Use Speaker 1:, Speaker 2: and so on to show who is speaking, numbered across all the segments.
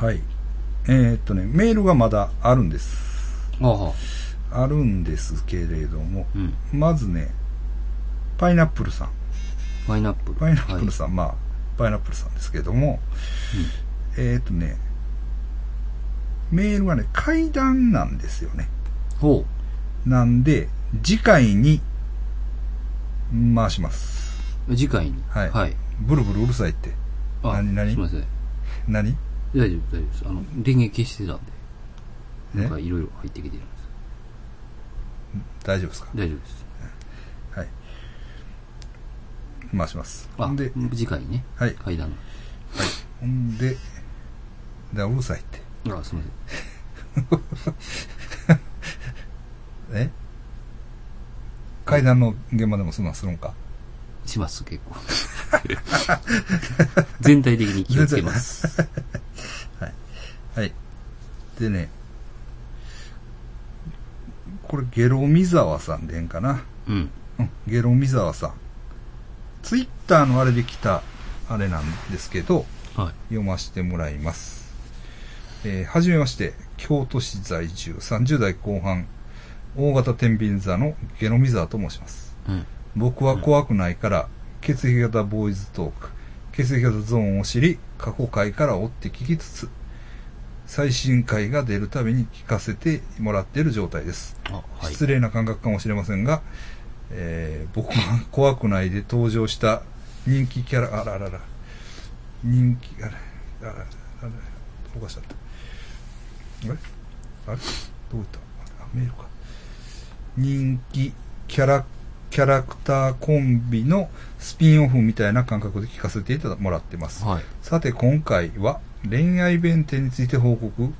Speaker 1: はい。えーっとね、メールがまだあるんです。
Speaker 2: ああ、
Speaker 1: あるんですけれども、
Speaker 2: うん。
Speaker 1: まずね、パイナップルさん。
Speaker 2: パイナップル。
Speaker 1: パイナップルさん、まあ、パイナップルさんですけども、えーっとね、メールはね、階段なんですよね。
Speaker 2: はいほ
Speaker 1: なんで、次回に、回します。
Speaker 2: う。次回に。
Speaker 1: はい
Speaker 2: はい。
Speaker 1: ブルブルうるさいって。
Speaker 2: あ
Speaker 1: 何何
Speaker 2: すみません。
Speaker 1: 何
Speaker 2: 大丈夫、大丈夫です。あの、電源消してたんで。
Speaker 1: ね
Speaker 2: なんかいろいろ入ってきてるんです。
Speaker 1: 大丈夫ですか
Speaker 2: 大丈夫です。
Speaker 1: はい。回します。
Speaker 2: あ、
Speaker 1: で、
Speaker 2: 次回ね。
Speaker 1: はい
Speaker 2: 階段
Speaker 1: ほんで、だうるさいって。
Speaker 2: の。あ、すみま
Speaker 1: え階段の現場でもそんなんするんか
Speaker 2: せん。します、結 構。全体的に気をつけます。
Speaker 1: はい。でね、これゲロミザワさんでんかな。
Speaker 2: うん。
Speaker 1: うん、ゲロミザワさん。ツイッターのあれで来た、あれなんですけど、
Speaker 2: はい。
Speaker 1: 読ませてもらいます。えーはじめまして、京都市在住、30代後半、大型天秤座のゲノミザーと申します。
Speaker 2: うん。
Speaker 1: 僕は怖くないから、血液型ボーイズトーク、血液型ゾーンを知り、過去回から追って聞きつつ、最新回が出るたびに聞かせてもらっている状態です。
Speaker 2: あ、はい。
Speaker 1: 失礼な感覚かもしれませんが、えー僕は 怖くないで登場した人気キャラ、あらあらあら、人気、あらあらあらあら、おかしちゃった。あれあれどういったあメールか。人気キャラ、キャラクターコンビのスピンオフみたいな感覚で聞かせていただもらってます。
Speaker 2: はい。
Speaker 1: さて今回は恋愛弁定について報告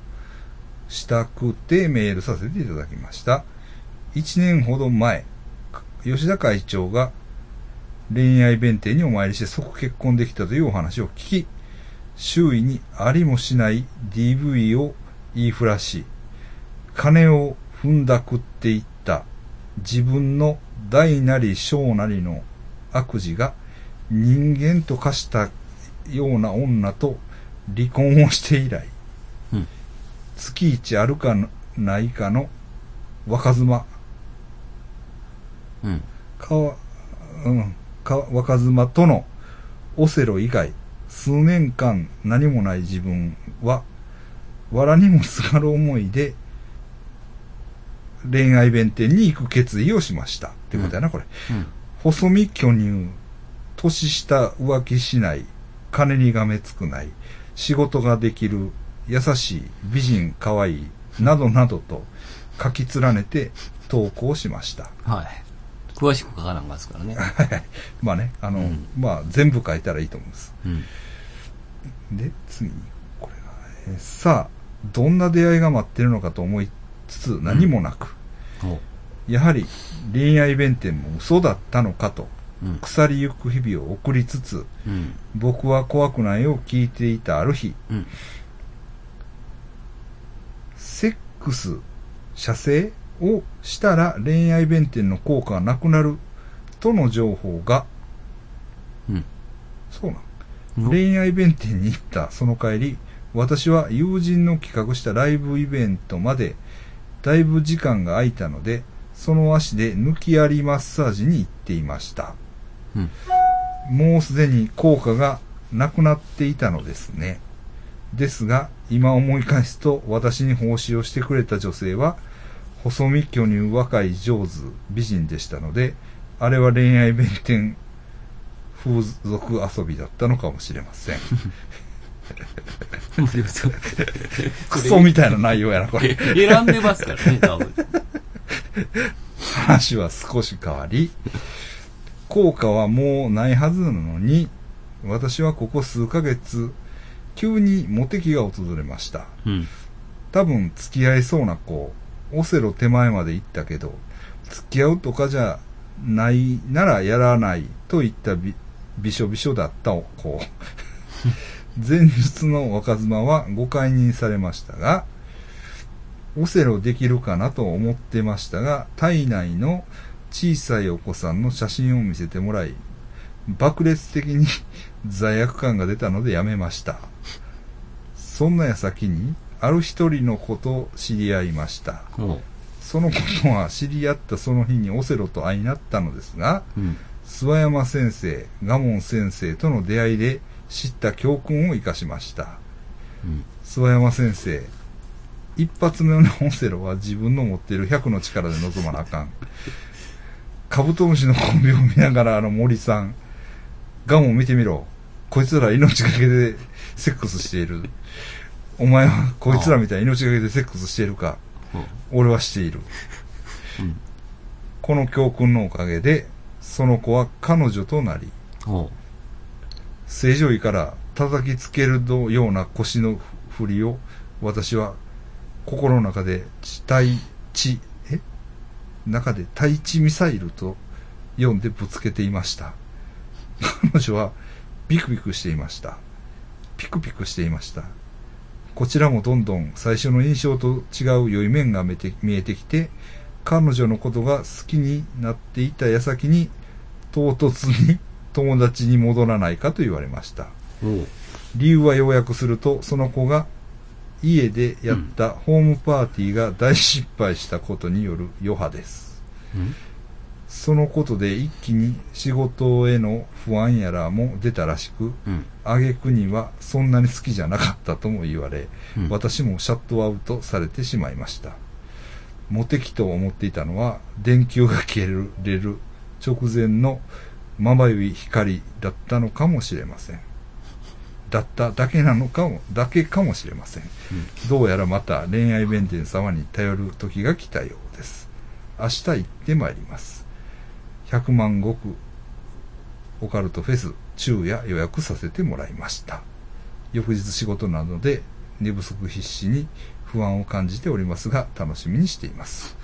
Speaker 1: したくてメールさせていただきました。1年ほど前、吉田会長が恋愛弁定にお参りして即結婚できたというお話を聞き、周囲にありもしない DV を言いふらし、金を踏んだくっていった自分の大なり小なりの悪事が人間と化したような女と離婚をして以来、
Speaker 2: うん
Speaker 1: 月一あるかないかの若妻、
Speaker 2: うん。
Speaker 1: かわ、うん、か、若妻とのオセロ以外、数年間何もない自分は、藁にもすがる思いで、恋愛弁天に行く決意をしました。ってことやな、これ。
Speaker 2: うん。
Speaker 1: 細身巨乳、年下浮気しない、金にがめつくない、仕事ができる、優しい、美人、可愛い、などなどと書き連ねて投稿しました。
Speaker 2: はい。詳しく書かなあかんですからね。
Speaker 1: まあね、あの、
Speaker 2: うん
Speaker 1: まあ全部書いたらいいと思うんです。
Speaker 2: うん。
Speaker 1: で、次に、これが、えーさあ、どんな出会いが待ってるのかと思いつつ何もなく、
Speaker 2: お
Speaker 1: やはり恋愛弁天も嘘だったのかと、
Speaker 2: うん。
Speaker 1: 腐りゆく日々を送りつつ、
Speaker 2: うん。
Speaker 1: 僕は怖くないを聞いていたある日、
Speaker 2: うん。
Speaker 1: セックス、射精をしたら恋愛弁天の効果はなくなるとの情報が、
Speaker 2: うん。
Speaker 1: そうなん。
Speaker 2: うん
Speaker 1: 恋愛弁天に行ったその帰り、私は友人の企画したライブイベントまで、だいぶ時間が空いたので、その足で抜きありマッサージに行っていました。
Speaker 2: うん。
Speaker 1: もうすでに効果がなくなっていたのですね。ですが、今思い返すと、私に奉仕をしてくれた女性は、細身巨乳若い上手美人でしたので、あれは恋愛弁天風俗遊びだったのかもしれません。
Speaker 2: でもそう
Speaker 1: クソみたいな内容やな、これ。
Speaker 2: 選んでますからね、多分。
Speaker 1: 話は少し変わり、効果はもうないはずなのに、私はここ数ヶ月、急にモテ期が訪れました。
Speaker 2: うん。
Speaker 1: 多分付き合いそうな子、オセロ手前まで行ったけど、付き合うとかじゃないならやらないといったび、びしょびしょだった子。 前日の若妻はご解任されましたが、オセロできるかなと思ってましたが、体内の小さいお子さんの写真を見せてもらい、 爆裂的に罪悪感が出たのでやめました。そんな矢先に、ある一人の子と知り合いました。
Speaker 2: おう
Speaker 1: そのことは知り合ったその日にオセロと会いになったのですが、
Speaker 2: うん。
Speaker 1: 諏訪山先生、賀門先生との出会いで知った教訓を生かしました。
Speaker 2: うん。
Speaker 1: 諏訪山先生、一発目のオセロは自分の持っている100の力で臨まなあかん。カブトムシのコンビを見ながらあの森さん、ガモ見てみろ。こいつら命がけでセックスしている。お前はこいつらみたいに命がけでセックスしているか。
Speaker 2: おう
Speaker 1: 俺はしている。
Speaker 2: うん。
Speaker 1: この教訓のおかげで、その子は彼女となり、
Speaker 2: おう
Speaker 1: 正常位から叩きつけるような腰の振りを私は心の中で地対地え中で対地ミサイルと読んでぶつけていました彼女はビクビクしていましたピクピクしていましたこちらもどんどん最初の印象と違う良い面が見えて見えてきて彼女のことが好きになっていた矢先に唐突に友達に戻らないかと言われました
Speaker 2: おう
Speaker 1: 理由は要約するとその子が家でやったホームパーティーが大失敗したことによる余波です
Speaker 2: うん。
Speaker 1: そのことで一気に仕事への不安やらも出たらしく
Speaker 2: うん。
Speaker 1: 挙句にはそんなに好きじゃなかったとも言われ、
Speaker 2: うん
Speaker 1: 私もシャットアウトされてしまいましたモテ期と思っていたのは電球が消える直前のまばゆい光だったのかもしれませんだっただけなのかもだけかもしれません、どうやらまた恋愛弁天様に頼る時が来たようです明日行ってまいります100万石オカルトフェス昼夜予約させてもらいました翌日仕事なので寝不足必至に不安を感じておりますが楽しみにしています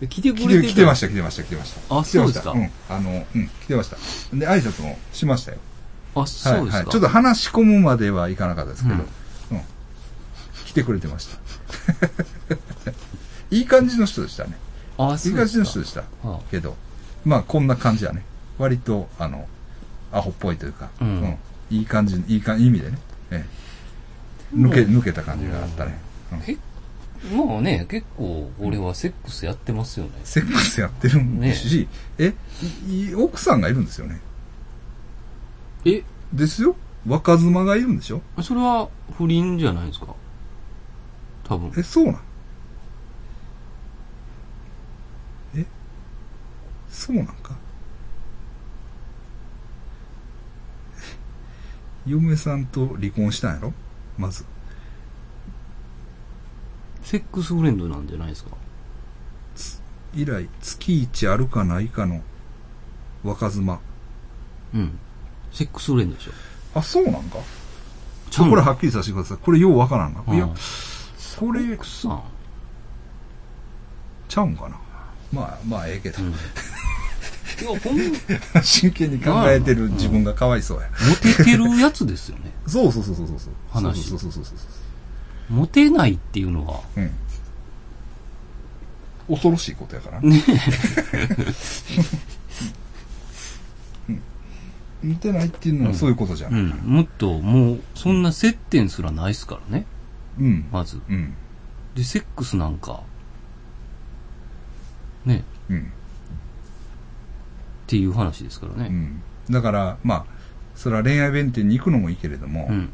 Speaker 2: え来てく
Speaker 1: 来
Speaker 2: れ
Speaker 1: て
Speaker 2: て
Speaker 1: 来てま
Speaker 2: し
Speaker 1: した来てました来てました
Speaker 2: あ
Speaker 1: 来てました
Speaker 2: そう
Speaker 1: う
Speaker 2: で
Speaker 1: んあのうん来てましたで挨拶もしましたよ
Speaker 2: た。あ、そうです
Speaker 1: はい
Speaker 2: か。
Speaker 1: はい、ちょっと話し込むまではいかなかったですけど、うん来てくれてました いい感じの人でしたね
Speaker 2: あ、
Speaker 1: い
Speaker 2: そ
Speaker 1: いう感
Speaker 2: で
Speaker 1: じの
Speaker 2: す
Speaker 1: 人
Speaker 2: か。
Speaker 1: でした
Speaker 2: あ
Speaker 1: けどまあこんな感じやね割とあのアホっぽいというか、
Speaker 2: うん
Speaker 1: いい感じいいかいい意味でね、ええ、抜け抜けた感じがあったね、うん
Speaker 2: えまあね、結構俺はセックスやってますよね。
Speaker 1: セックスやってるんですし、えいい奥さんがいるんですよね
Speaker 2: え、
Speaker 1: ですよ若妻がいるんでしょ
Speaker 2: それは不倫じゃないですか多分。
Speaker 1: えそうなんえそうなんかえ嫁さんと離婚したんやろまず
Speaker 2: セックスフレンドなんじゃないですか
Speaker 1: 以来月一あるかないかの若妻
Speaker 2: うん。セックスフレンドでしょ
Speaker 1: あそうなんか
Speaker 2: ち
Speaker 1: ちょこれは
Speaker 2: は
Speaker 1: っきりさせてくださいこれようわからんな、いやこ
Speaker 2: セッ
Speaker 1: れ
Speaker 2: クスさん。
Speaker 1: ちゃうんかなまあまあええけど、
Speaker 2: うん。いや、ほん、モ
Speaker 1: 真剣に考えてる自分がかわいそうや、
Speaker 2: テてるやつですよね。
Speaker 1: そうそうそうそうそうそう
Speaker 2: 話
Speaker 1: そうそうそうそうそう
Speaker 2: モテないっていうのは、
Speaker 1: うん。恐ろしいことやから。うん見てないっていうのはそういうことじゃ。
Speaker 2: うんん。もっと、もう、そんな接点すらないですからね。
Speaker 1: うん。
Speaker 2: まず。
Speaker 1: うん。
Speaker 2: で、セックスなんか、ね、
Speaker 1: うん。
Speaker 2: っていう話ですから
Speaker 1: う
Speaker 2: ね。
Speaker 1: ん。だから、まあ、それは恋愛弁天に行くのもいいけれども、
Speaker 2: うん。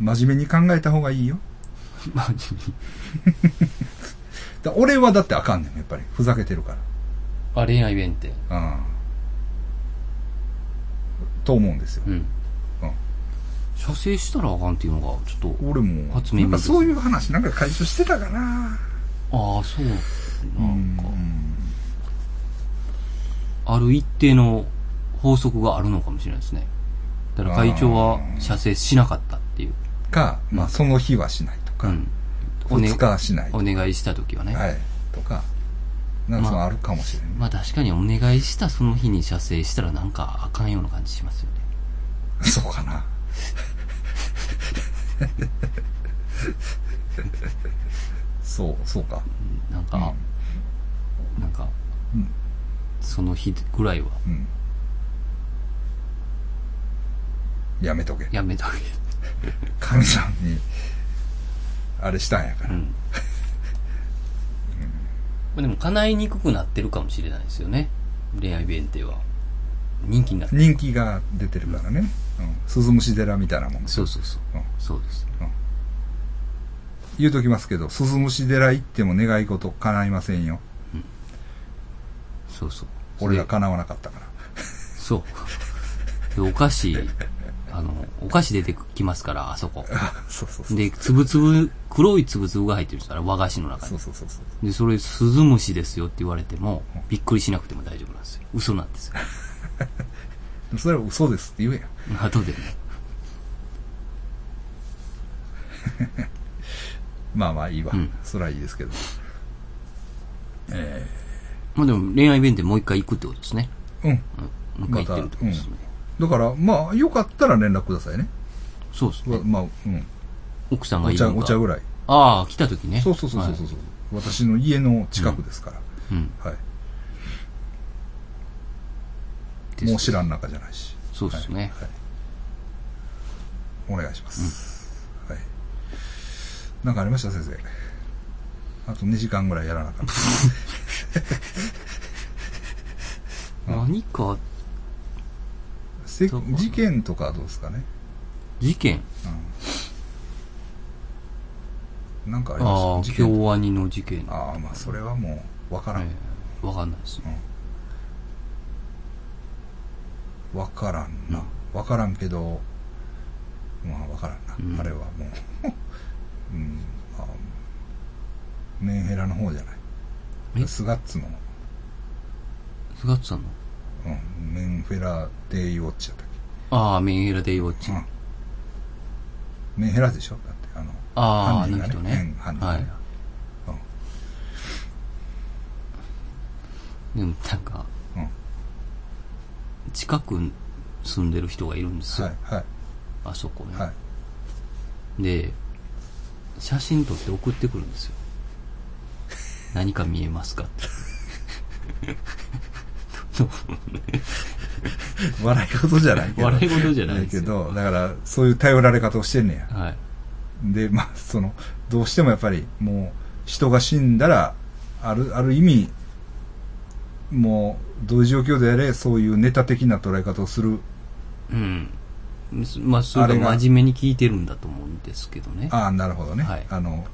Speaker 1: 真面目に考えた方がいい よ。
Speaker 2: まあ、
Speaker 1: だ俺はだってあかんねん、やっぱり。ふざけてるか
Speaker 2: あ恋愛弁って。
Speaker 1: ら。うん。と思うんですよ。
Speaker 2: うん。射精したらあかんっていうのが、ちょっ
Speaker 1: 俺も、
Speaker 2: 初
Speaker 1: な
Speaker 2: 耳
Speaker 1: ん
Speaker 2: で
Speaker 1: か
Speaker 2: す
Speaker 1: そういう話なんか解消してたかな。
Speaker 2: と、ああ、そう、なんか、
Speaker 1: うん
Speaker 2: ある一定の法則があるのかもしれないですね。だから会長は
Speaker 1: あー
Speaker 2: 射精しなかったっていう。
Speaker 1: か、まあ、その日はしないと
Speaker 2: う
Speaker 1: か、
Speaker 2: ん。お,、
Speaker 1: 2日はしないと
Speaker 2: お
Speaker 1: か、
Speaker 2: 願いした時はね。
Speaker 1: はい、とか、なんかそのあるかもしれんね。
Speaker 2: まあ確かにお願いしたその日に射精したらなんかあかんような感じしますよね。
Speaker 1: そうかな。そう、そうか。
Speaker 2: うんなんか、なんか、
Speaker 1: うん
Speaker 2: その日ぐらいは
Speaker 1: うん。やめとけ。
Speaker 2: やめたわけ。
Speaker 1: 神さんにあれしたんやから。
Speaker 2: うん。まあでも、叶いにくくなってるかもしれないですよね。恋愛弁定は。人気になってる。
Speaker 1: 人気が出てるからね。うん。鈴虫寺みたいなもんです
Speaker 2: そ
Speaker 1: よ
Speaker 2: うそうそう。
Speaker 1: うん
Speaker 2: そうです。
Speaker 1: 言うときますけど、鈴虫寺行っても願い事叶いませんよ。
Speaker 2: そうそう。
Speaker 1: 俺が叶わなかったから。
Speaker 2: そう。でお菓子、あの、お菓子出てきますから、あそこ。
Speaker 1: そうそうそう。
Speaker 2: で、つぶつぶ、黒いつぶつぶが入ってるんですから、和菓子の中
Speaker 1: そ
Speaker 2: に
Speaker 1: う。そうそうそう。
Speaker 2: で、それ、鈴虫ですよって言われても、びっくりしなくても大丈夫なんですよ。嘘なんですよ。
Speaker 1: でもそれは嘘ですって言えよ。
Speaker 2: 後でね。
Speaker 1: まあまあいいわ。
Speaker 2: うん
Speaker 1: それはいいですけど。
Speaker 2: まあでも、恋愛弁定もう一回行くってことですね。
Speaker 1: うん。
Speaker 2: うん。もう一回行ってるってことですね。
Speaker 1: だから、まあ、よかったら連絡くださいね。
Speaker 2: そうです
Speaker 1: わ
Speaker 2: ね。
Speaker 1: まあ、うん。
Speaker 2: 奥さんが
Speaker 1: お
Speaker 2: いるの
Speaker 1: 茶、
Speaker 2: か
Speaker 1: お茶ぐらい。
Speaker 2: ああ、来た時ね。
Speaker 1: そうそうそうそうそう。私の家の近くですから。
Speaker 2: う。うん。
Speaker 1: はい。
Speaker 2: です
Speaker 1: もう知らん中じゃないし。
Speaker 2: そうですね。
Speaker 1: はい。お願いします。はい。なんかありました先生。あと2時間ぐらいやらなかった。
Speaker 2: 何か、
Speaker 1: せ
Speaker 2: どこ
Speaker 1: 事件とかどうですかね。
Speaker 2: 事件。
Speaker 1: うん。なんかあり
Speaker 2: あ
Speaker 1: ま
Speaker 2: あ、
Speaker 1: した事件。
Speaker 2: 京アニの事件。
Speaker 1: ああ、まあそれはもう、わからん。
Speaker 2: ええわかんないですね。
Speaker 1: わからんな。わからんけど、まあわからんな。
Speaker 2: うん
Speaker 1: あれはも う、うん、まあ、メンヘラの方じゃない。
Speaker 2: え
Speaker 1: スガッツの、
Speaker 2: スガッツさんの
Speaker 1: うん、メンフェラデイウォッチやったっ
Speaker 2: ああ、メンヘラデイウォッ
Speaker 1: け。
Speaker 2: チ。
Speaker 1: う
Speaker 2: あ
Speaker 1: ん。メンヘラでしょだって、あの、
Speaker 2: あ、あ
Speaker 1: 犯人
Speaker 2: の
Speaker 1: がね
Speaker 2: 人ね
Speaker 1: うん。犯人
Speaker 2: は
Speaker 1: が
Speaker 2: い
Speaker 1: ね。
Speaker 2: でもなんか、
Speaker 1: うん。は
Speaker 2: 近くに住んでる人がいるんです
Speaker 1: い、
Speaker 2: よ。
Speaker 1: は
Speaker 2: あそこ
Speaker 1: い、は
Speaker 2: ね。
Speaker 1: い。
Speaker 2: で、写真撮って送ってくる んですよ。何か見えますかって。
Speaker 1: 笑い事じゃないけど。
Speaker 2: 笑い事じゃない
Speaker 1: だ
Speaker 2: です
Speaker 1: け
Speaker 2: よ。
Speaker 1: ど、だから、そういう頼られ方をしてんねや。
Speaker 2: はい。
Speaker 1: で、まあ、その、どうしてもやっぱり、もう、人が死んだら、ある、ある意味、もう、どういう状況であれ、そういうネタ的な捉え方をする、
Speaker 2: うん。まあ、それ
Speaker 1: あれ
Speaker 2: が
Speaker 1: が
Speaker 2: 真面目に聞いてるんだと思うんですけどね。あ
Speaker 1: ああ、なるほどね。
Speaker 2: はい
Speaker 1: あの、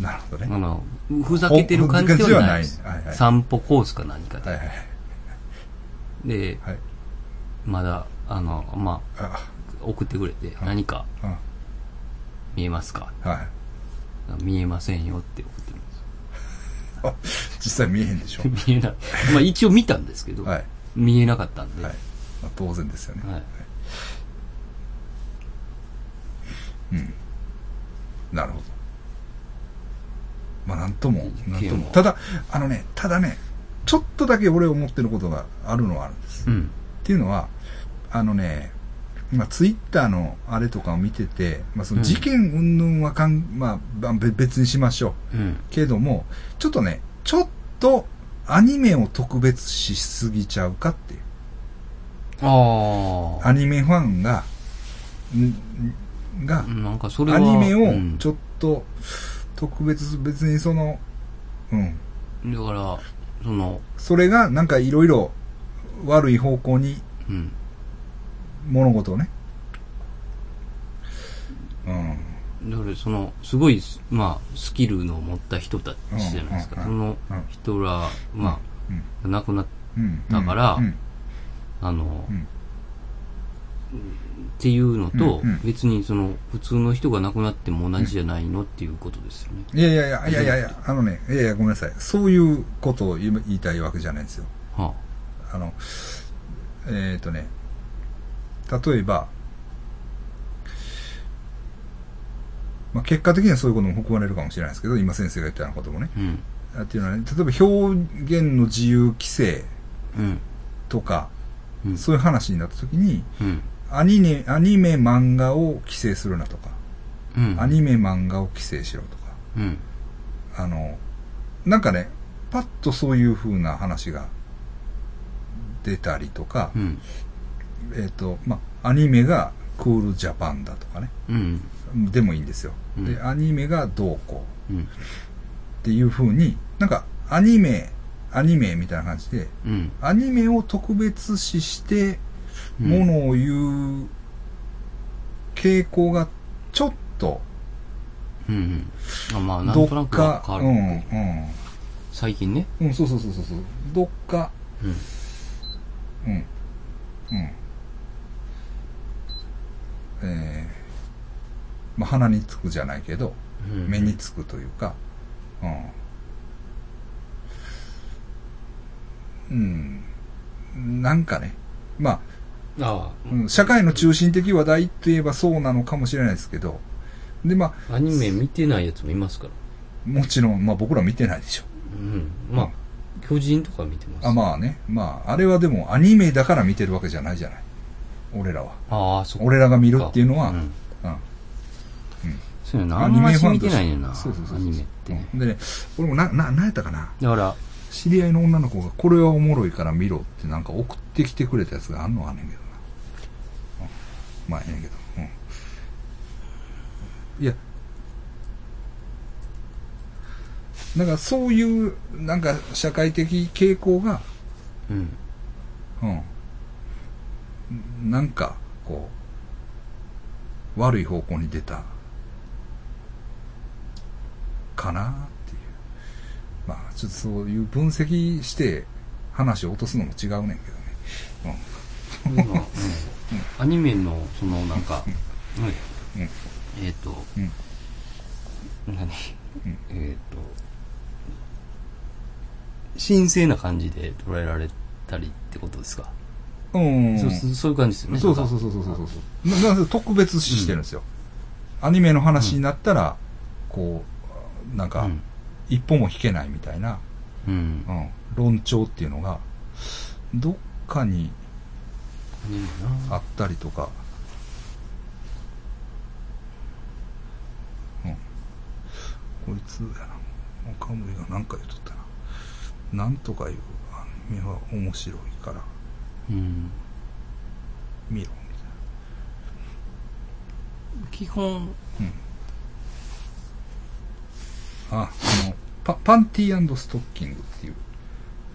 Speaker 1: なるほどね。
Speaker 2: の、ふざけてる感じではないです
Speaker 1: ほふざけてはないはいはい
Speaker 2: 散歩コースか何かで。
Speaker 1: はいはい
Speaker 2: で、
Speaker 1: はい。
Speaker 2: まだ、あの、ま
Speaker 1: あ
Speaker 2: あ、送ってくれて、何か
Speaker 1: あ、
Speaker 2: 見えますか
Speaker 1: うん。はい。
Speaker 2: 見えませんよって送ってるんですよ。
Speaker 1: あ実際見えへんでしょ。
Speaker 2: 見えない。まあ一応見たんですけど、
Speaker 1: はい。
Speaker 2: 見えなかったんで、
Speaker 1: はい。まあ、当然ですよね。
Speaker 2: はい
Speaker 1: うん。なるほど。まあ、なんとも、なんと
Speaker 2: 意見
Speaker 1: も。
Speaker 2: を
Speaker 1: ただ、あのね、ただね、ちょっとだけ俺思ってることがあるのはあるんです。
Speaker 2: うん。
Speaker 1: っていうのは、あのね、まあ、ツイッターのあれとかを見てて、まあ、その事件云々はかん、まあまあ、べ別にしましょう。
Speaker 2: うん。
Speaker 1: けども、ちょっとね、ちょっとアニメを特別視しすぎちゃうかっていう。
Speaker 2: ああ。
Speaker 1: アニメファンが、んんが、
Speaker 2: なんかそれは。
Speaker 1: アニメを
Speaker 2: うん
Speaker 1: ちょっと特別、別にその、うん。
Speaker 2: だから、その、
Speaker 1: それがなんかいろいろ悪い方向に
Speaker 2: うん。
Speaker 1: 物事をね。うん。
Speaker 2: だからその、すごい、まあ、スキルの持った人たちじゃないですか。
Speaker 1: う
Speaker 2: そ
Speaker 1: ん
Speaker 2: の
Speaker 1: うん
Speaker 2: 人ら、ま
Speaker 1: うん。
Speaker 2: あ、亡くなっ
Speaker 1: うん。
Speaker 2: だから
Speaker 1: うん。
Speaker 2: あの
Speaker 1: う、ん。
Speaker 2: っていうのと
Speaker 1: うんうん、
Speaker 2: 別にその、普通の人が亡くなっても同じじゃないのっていうことですよね。
Speaker 1: いやいやいや、いやいやいや、あのね、いやいや、ごめんなさい。そういうことを言いたいわけじゃないんですよ。
Speaker 2: は
Speaker 1: あの、えっ、とね、例えば、まあ、結果的にはそういうことも含まれるかもしれないですけど、今先生が言ったようなこともね。
Speaker 2: あ。うん。
Speaker 1: あっていうのはね、例えば表現の自由規制
Speaker 2: うん。
Speaker 1: とか、
Speaker 2: うん。
Speaker 1: そういう話になった時に、
Speaker 2: うん。
Speaker 1: アニメ、アニメ漫画を規制するなとか、
Speaker 2: うん。
Speaker 1: アニメ漫画を規制しろとか、
Speaker 2: うん。
Speaker 1: あの、なんかね、パッとそういう風な話が出たりとか
Speaker 2: う、ん。
Speaker 1: えっ、と、まあ、アニメがクールジャパンだとかね、
Speaker 2: うん。
Speaker 1: でもいいんですよ。で、
Speaker 2: うん
Speaker 1: アニメがどうこう
Speaker 2: うん。
Speaker 1: っていう風に、なんかアニメ、アニメみたいな感じで、
Speaker 2: うん。
Speaker 1: アニメを特別視して、
Speaker 2: うん
Speaker 1: ものを言う傾向がちょっと、
Speaker 2: うんうん。あまあ、な
Speaker 1: ど
Speaker 2: んとな
Speaker 1: っ
Speaker 2: く
Speaker 1: か
Speaker 2: は、
Speaker 1: う
Speaker 2: 変わる。
Speaker 1: ん、うん。
Speaker 2: 最近ね。
Speaker 1: うん、そうそうそうそうそう。どっか、
Speaker 2: うん。
Speaker 1: うん。うん。えー、まあ、鼻につくじゃないけど、
Speaker 2: うん
Speaker 1: 目につくというか、うん。うん。なんかね、まあ、
Speaker 2: あ
Speaker 1: うん社会の中心的話題といえばそうなのかもしれないですけど、で、ま
Speaker 2: あ、アニメ見てないやつもいますから。
Speaker 1: あ、もちろん、まあ僕ら見てないでしょ。
Speaker 2: うん。まあ、巨人とか見てます。
Speaker 1: あまあね、まあ、あれはでもアニメだから見てるわけじゃないじゃない。俺らは。
Speaker 2: ああ、そっか。
Speaker 1: 俺らが見るっていうのは、
Speaker 2: ん
Speaker 1: うん
Speaker 2: そうやな。あんまし見てないねんな。
Speaker 1: そうそうそうそう
Speaker 2: アニメってね。
Speaker 1: うんでね、俺もな、な、なんやったかな。
Speaker 2: だから、
Speaker 1: 知り合いの女の子が、これはおもろいから見ろってなんか送ってきてくれたやつがあんのはあんねんけどな。うん、まあ、ええねんけど。うん。いや、なんかそういう、なんか社会的傾向が、
Speaker 2: うん。
Speaker 1: うん。なんか、こう、悪い方向に出た、かなっていう。まあ、ちょっとそういう分析して話を落とすのも違うねんけどね。
Speaker 2: そういうのはうんアニメの、その、なんか、
Speaker 1: うん。うん。
Speaker 2: えっと、
Speaker 1: うん。
Speaker 2: 何
Speaker 1: うん
Speaker 2: えっと、神聖な感じで捉えられたりってことですか。
Speaker 1: うん。そう
Speaker 2: そ
Speaker 1: うそ
Speaker 2: そうそういう感じですよね。
Speaker 1: うそうそう
Speaker 2: う。
Speaker 1: そうそうそうそう。ななんせ特別視してるんですよ。アニメの話になったら、こう、なん
Speaker 2: う
Speaker 1: か
Speaker 2: ん、。
Speaker 1: 一歩も引けないみたいな。
Speaker 2: うん
Speaker 1: う。ん、論調っていうのが、どっかに
Speaker 2: アニメな
Speaker 1: あったりとか、うん、こいつやな、岡森が何か言うとったな。なんとかいうアニメは面白いから
Speaker 2: うん。
Speaker 1: 見ろ、
Speaker 2: 基本、
Speaker 1: みたいな。あ、あの、パパンティーストッキングっていう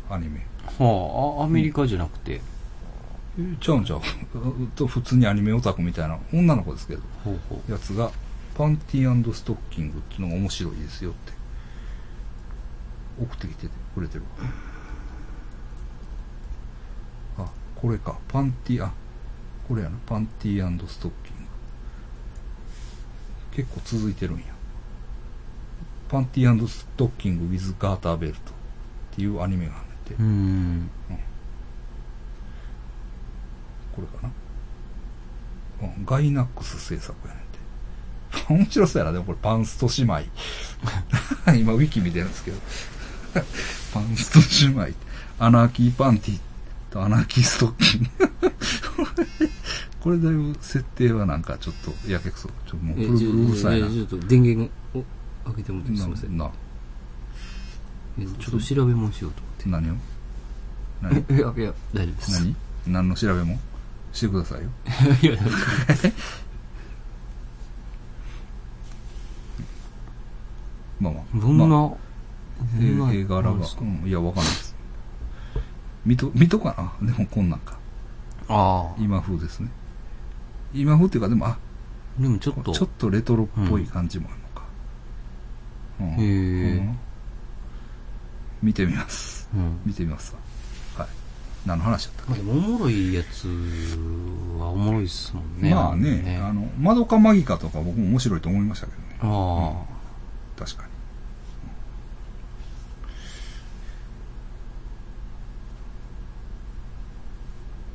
Speaker 1: アニメ。
Speaker 2: はあ、あアメリカじゃなくて、
Speaker 1: ちゃうんちゃうと普通にアニメオタクみたいな女の子ですけど。
Speaker 2: ほうほ
Speaker 1: やつが、パンティーストッキングっていうのが面白いですよって、送ってきてくれてるわ。あ、これか。パンティー、あ、これやな。パンティーストッキング。結構続いてるんや。パンティーストッキング with ガーターベルトっていうアニメがあって、
Speaker 2: う。うん。
Speaker 1: これかな、うん、ガイナックス制作やねんて。 面白そうやな、でもこれパンスト姉妹。 今ウィキ見てるんですけど。パンスト姉妹。アナーキーパンティとアナーキーストッキング。 これだいぶ設定はなんかちょっとやけくそ。ちょっともう
Speaker 2: え、
Speaker 1: ブルブルうるさいな。
Speaker 2: ちょっと電源を開けてもらってすいません。
Speaker 1: な、な、
Speaker 2: えちょっと調べもしようと
Speaker 1: 何を
Speaker 2: 思っ
Speaker 1: 何
Speaker 2: て。いや、いや、大丈夫です。
Speaker 1: 何何の調べもしてくださいよ。
Speaker 2: いや、大丈夫です。
Speaker 1: まあまあ。
Speaker 2: どんな、
Speaker 1: まあ
Speaker 2: ど
Speaker 1: え
Speaker 2: んな
Speaker 1: ー絵柄が、
Speaker 2: あるんですか
Speaker 1: うん、いや、わかんないです。見と、見とかなでもこんなんか。
Speaker 2: ああ。
Speaker 1: 今風ですね。今風っていうか、でも、あ、
Speaker 2: でもちょっと、
Speaker 1: ちょっとレトロっぽい感じもあるのか。うん
Speaker 2: へー
Speaker 1: うん見てみます。
Speaker 2: うん。
Speaker 1: 見てみますわはい。何の話だったか
Speaker 2: まあでもおもろいやつはおもろいっすもんね。
Speaker 1: まあね、あの、マドカマギカとか僕も面白いと思いましたけどね。
Speaker 2: ああ、
Speaker 1: 確かに。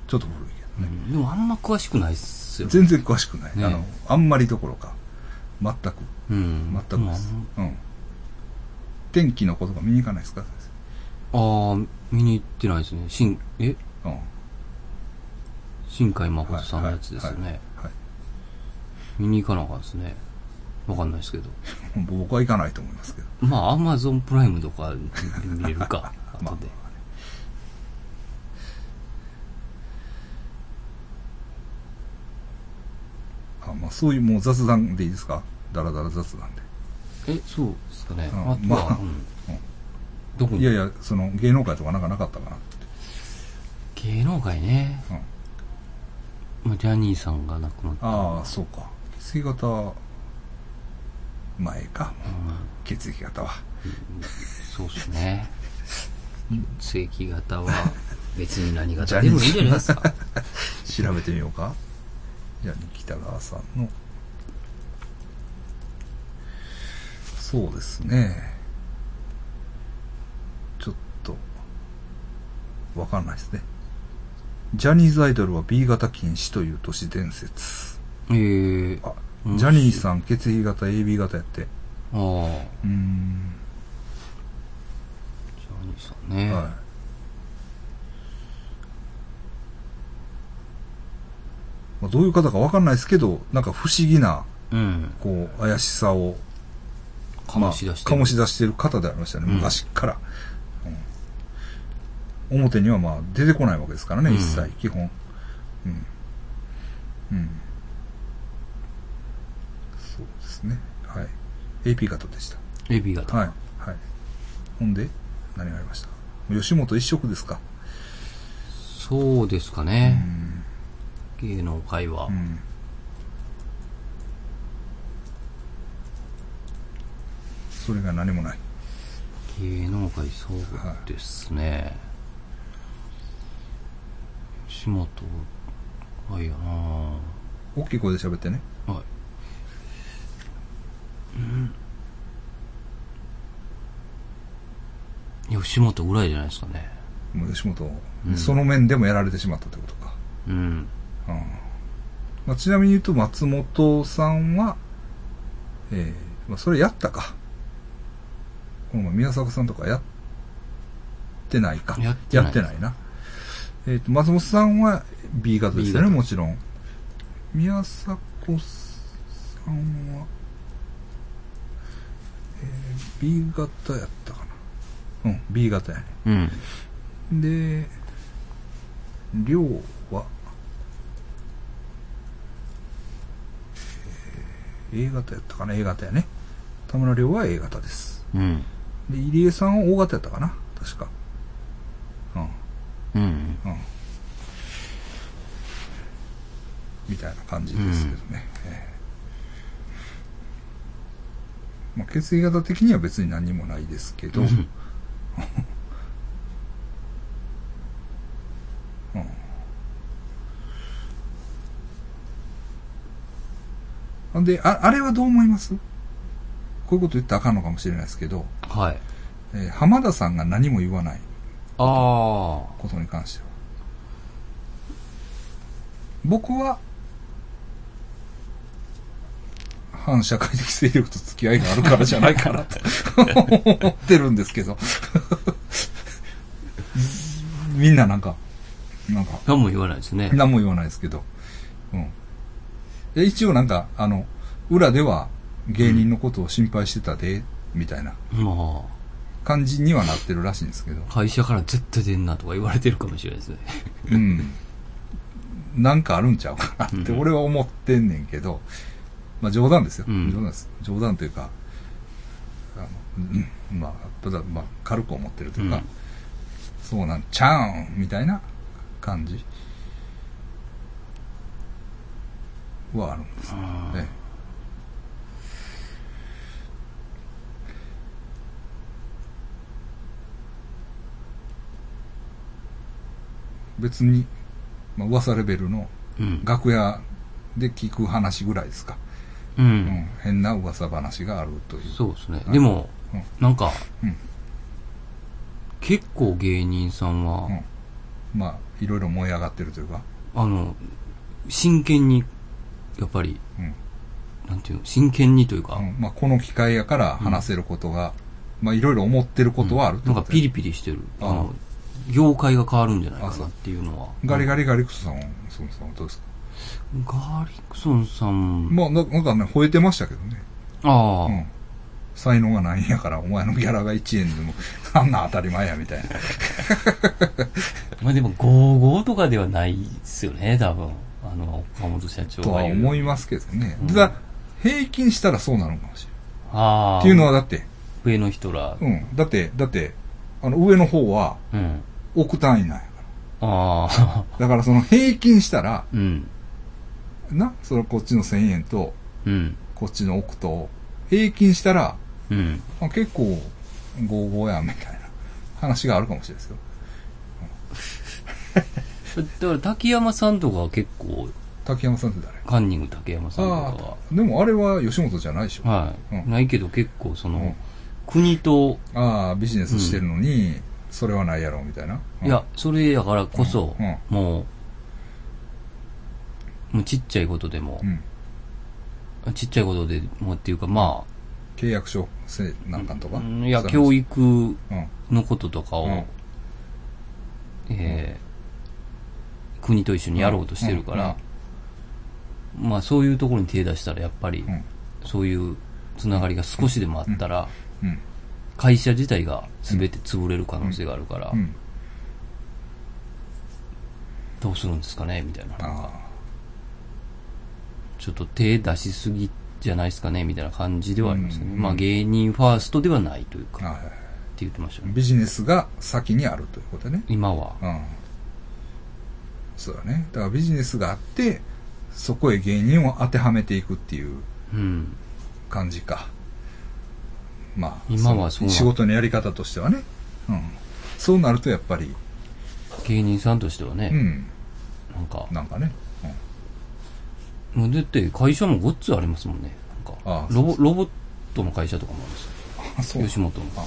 Speaker 1: ちょっと古いけど
Speaker 2: う
Speaker 1: ね。
Speaker 2: んでもあんま詳しくないっすよ。
Speaker 1: 全然詳しくない、
Speaker 2: ね
Speaker 1: あのあんまりどころか全く
Speaker 2: うん。
Speaker 1: 全くです、うん、天気のことが見に行かないですか、先
Speaker 2: ああ、見に行ってないですね。新、え
Speaker 1: 生うん、
Speaker 2: 新海誠さんのやつですよね。
Speaker 1: はい
Speaker 2: 見に行かなあかんですね。わかんないですけど。
Speaker 1: 僕は行かないと思いますけど
Speaker 2: まあ、アマゾンプライムとか見れる か、
Speaker 1: まあ
Speaker 2: 後で。
Speaker 1: あまあそういうもう雑談でいいですかだらだら雑談で。
Speaker 2: え、そうですかね。
Speaker 1: うん
Speaker 2: あと
Speaker 1: まあ
Speaker 2: は、うんどこに
Speaker 1: いやいや、その芸能界とかなんかなかったかなって。
Speaker 2: 芸能界ね。
Speaker 1: うん、
Speaker 2: まあ、ジャニーさんが亡くなった。
Speaker 1: ああ、そうか。血液型、前か。
Speaker 2: うん
Speaker 1: 血液型は。
Speaker 2: そうっすね。正規型は別に何型でもいいんじゃないで すか。
Speaker 1: 調べてみようか。じゃあ、北川さんの。そうですね。ちょっと、わかんないですね。ジャニーズアイドルは B 型禁止という都市伝説。
Speaker 2: えー、
Speaker 1: あ、
Speaker 2: うん
Speaker 1: ジャニーさん血液型 AB 型やって。
Speaker 2: あ
Speaker 1: う
Speaker 2: あ、
Speaker 1: ーん。
Speaker 2: ジャニーさんね。
Speaker 1: はまあ、どういう方かわかんないですけど、なんか不思議な、
Speaker 2: うん。
Speaker 1: こう、怪しさを、まあ
Speaker 2: 醸し出してる。
Speaker 1: 醸し出してる方でありましたね、
Speaker 2: うん
Speaker 1: 昔から、うん表にはまあ出てこないわけですからね、
Speaker 2: うん
Speaker 1: 一切、基本。うん。うん。そうですね。はい。AP 型でした。
Speaker 2: AB 型。
Speaker 1: はい。はい。ほんで、何がありました吉本一色ですか。
Speaker 2: そうですか
Speaker 1: う
Speaker 2: ね。
Speaker 1: ん。
Speaker 2: 芸能界は。
Speaker 1: うん。それが何もない。
Speaker 2: 芸能界そうですね。吉本、はいやな
Speaker 1: 大きい声で喋ってね。
Speaker 2: はい。うん。吉本ぐらいじゃないですかね。
Speaker 1: もう吉本、
Speaker 2: うん
Speaker 1: その面でもやられてしまったってことか。
Speaker 2: うん。
Speaker 1: うんまあ、ちなみに言うと、松本さんは、えーまあ、それやったか。この前宮迫さんとかやってないか。
Speaker 2: やってない
Speaker 1: やってないな。えっ、と、松本さんは B 型です
Speaker 2: B
Speaker 1: よね、
Speaker 2: 型
Speaker 1: もちろん。宮迫さんは、えー B 型やったかな。うん、B 型やね。
Speaker 2: うん。
Speaker 1: で、量は、えー A 型やったかな ?A 型やね。田村亮は A 型です。
Speaker 2: うん。
Speaker 1: で、入江さんは O 型やったかな確か。うん、
Speaker 2: うん。
Speaker 1: うん。みたいな感じですけどね。えーまあ、血液型的には別に何もないですけど、
Speaker 2: うん
Speaker 1: うんほんで、あ、あれはどう思いますこういうこと言ったらあかんのかもしれないですけど、
Speaker 2: はい。
Speaker 1: えー浜田さんが何も言わない
Speaker 2: あ
Speaker 1: ことに関しては。僕は、反社会的勢力と付き合いがあるからじゃないかなと思ってるんですけど。みんななんか、なんか、
Speaker 2: あ。何も言わないですね。
Speaker 1: 何も言わないですけど。うん。え一応なんか、あの、裏では芸人のことを心配してたで、みたいな
Speaker 2: ま
Speaker 1: 感じにはなってるらしいんですけど
Speaker 2: あ、。会社から絶対出んなとか言われてるかもしれないですね。
Speaker 1: うん。なんかあるんちゃうかなって
Speaker 2: うん
Speaker 1: 俺は思ってんねんけど、まあ冗談ですよ。
Speaker 2: うん
Speaker 1: 冗談です。冗談というか、あの、うん、まあ、ただ、まあ、軽く思ってるというか、
Speaker 2: うん
Speaker 1: そうなんちゃうんみたいな感じはあるんです
Speaker 2: あ
Speaker 1: ね。別に、まあ、噂レベルの
Speaker 2: うん。
Speaker 1: 楽屋で聞く話ぐらいですか、
Speaker 2: う
Speaker 1: うん
Speaker 2: ん。
Speaker 1: 変な噂話があるという
Speaker 2: そうですね
Speaker 1: う。ん
Speaker 2: でも
Speaker 1: うん、
Speaker 2: なんか
Speaker 1: うん、
Speaker 2: 結構芸人さんは
Speaker 1: うん、まあいろいろ燃え上がってるというか、
Speaker 2: あの、真剣に、やっぱり、
Speaker 1: うん
Speaker 2: なんていうの、真剣にというか、
Speaker 1: うんまあ、この機会やから話せることが、まあいろいろ思ってることはあるって
Speaker 2: な
Speaker 1: こ
Speaker 2: ん
Speaker 1: と
Speaker 2: かピリピリしてる。
Speaker 1: あ
Speaker 2: あ
Speaker 1: あ
Speaker 2: の、業界が変わるんじゃない
Speaker 1: あ
Speaker 2: か
Speaker 1: そ
Speaker 2: な
Speaker 1: う
Speaker 2: っていうのは。
Speaker 1: ガリガリガリクソさんはそうそうどうですか、
Speaker 2: ガーリックソンさん、
Speaker 1: まあななんかね吠えてましたけどね、
Speaker 2: ああ、
Speaker 1: うん、才能がないんやからお前のギャラが1円でも あんな当たり前やみたいな
Speaker 2: まあでも55とかではないですよね、多分。あの、岡本社長
Speaker 1: とは
Speaker 2: が言う。
Speaker 1: 思いますけどね。
Speaker 2: うん
Speaker 1: ただ、平均したらそうなのかもしれない。
Speaker 2: ああ。
Speaker 1: っていうのはだって、
Speaker 2: 上の人ら。
Speaker 1: うん。だって、だって、あの、上の方は、
Speaker 2: うん。
Speaker 1: 億単位なんやか
Speaker 2: ああ。
Speaker 1: ら。だからその平均したら、
Speaker 2: うん。
Speaker 1: な、そのこっちの1000円と、
Speaker 2: うん。
Speaker 1: こっちの億と、平均したら、
Speaker 2: うん。
Speaker 1: あ結構、合合やん、みたいな話があるかもしれないですよ。
Speaker 2: だから、竹山さんとかは結構、
Speaker 1: 竹山さんって誰
Speaker 2: カンニング竹山さんとか
Speaker 1: ああ、でもあれは吉本じゃないでしょ。
Speaker 2: は。はい。
Speaker 1: うん
Speaker 2: ないけど結構、その、
Speaker 1: うん
Speaker 2: 国と、
Speaker 1: ああ、ビジネスしてるのに、それはないやろ、みたいな。うん
Speaker 2: いや、、それやからこそ、
Speaker 1: うんうん
Speaker 2: もう、もうちっちゃいことでも
Speaker 1: う、ん。
Speaker 2: ちっちゃいことでもっていうか、ま
Speaker 1: 契約書せなんかと
Speaker 2: あ、
Speaker 1: か。
Speaker 2: うんいや、
Speaker 1: そうう
Speaker 2: 教
Speaker 1: 話。
Speaker 2: 育
Speaker 1: うん。
Speaker 2: のこととかを、
Speaker 1: うん
Speaker 2: えー国と一緒にやろうとしてるから、まあそういうところに手出したらやっぱり、
Speaker 1: うん。
Speaker 2: そういうつながりが少しでもあったら、
Speaker 1: うん。
Speaker 2: 会社自体が全て潰れる可能性があるから、
Speaker 1: うん。
Speaker 2: どうするんですかねみたいな。
Speaker 1: あ
Speaker 2: ちょっと手出しすぎじゃないですかねみたいな感じではありますね。
Speaker 1: うん
Speaker 2: まあ芸人ファーストではないという
Speaker 1: あ。
Speaker 2: か、っ
Speaker 1: はいはい
Speaker 2: て言ってましたね。
Speaker 1: ビジネスが先にあるということね。
Speaker 2: 今は。
Speaker 1: うん。そうだね。だからビジネスがあって、そこへ芸人を当てはめていくっていう
Speaker 2: うん。
Speaker 1: 感じか。まあ、
Speaker 2: 今はそうなの
Speaker 1: 仕事のやり方としてはね。うん。そうなるとやっぱり、
Speaker 2: 芸人さんとしてはね、
Speaker 1: うん。
Speaker 2: なんか、
Speaker 1: なんかね。うん
Speaker 2: もうだって会社もごっつありますもんね。なんか
Speaker 1: ああ
Speaker 2: ロボロボットの会社とかもあるんですよ。
Speaker 1: あ、そう
Speaker 2: 吉本の。
Speaker 1: あ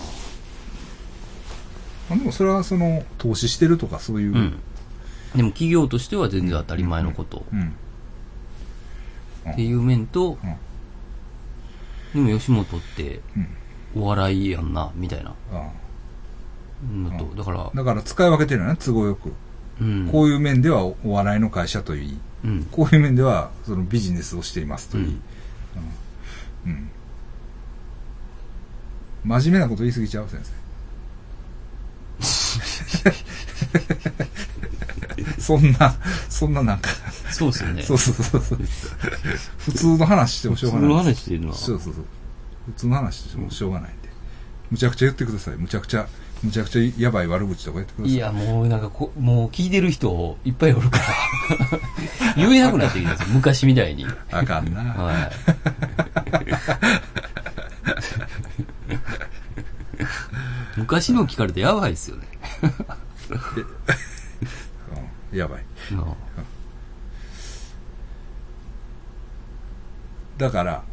Speaker 1: あでもそれはその、投資してるとかそういう。
Speaker 2: うん。でも企業としては全然当たり前のこと
Speaker 1: うん。
Speaker 2: っていう面と、
Speaker 1: うん
Speaker 2: でも吉本って
Speaker 1: うん。
Speaker 2: お笑いやんな、みたいな
Speaker 1: あ
Speaker 2: のと、だから
Speaker 1: あ、だから使い分けてるよね、都合よく。
Speaker 2: うん。
Speaker 1: こういう面ではおお笑いの会社といい、
Speaker 2: うん。
Speaker 1: こういう面ではそのビジネスをしていますといい。うん。真面目なこと言い過ぎちゃう、 先生。そんな、そんななんか、
Speaker 2: そうですよね。
Speaker 1: そうそうそうそう。普通の話してもしょうがない
Speaker 2: その
Speaker 1: です。
Speaker 2: 話してるのは。
Speaker 1: そうそうそう。普通の話してもしょうがないんで。むちゃくちゃ言ってください。むちゃくちゃ、むちゃくちゃやばい悪口とか言ってください。
Speaker 2: いや、もうなんかこ、もう聞いてる人いっぱいおるから、言えなくなってきたんですよ、昔みたいに。
Speaker 1: あかんな。
Speaker 2: は昔の聞かれてやばいですよね。
Speaker 1: うんやばい。
Speaker 2: うん
Speaker 1: だから、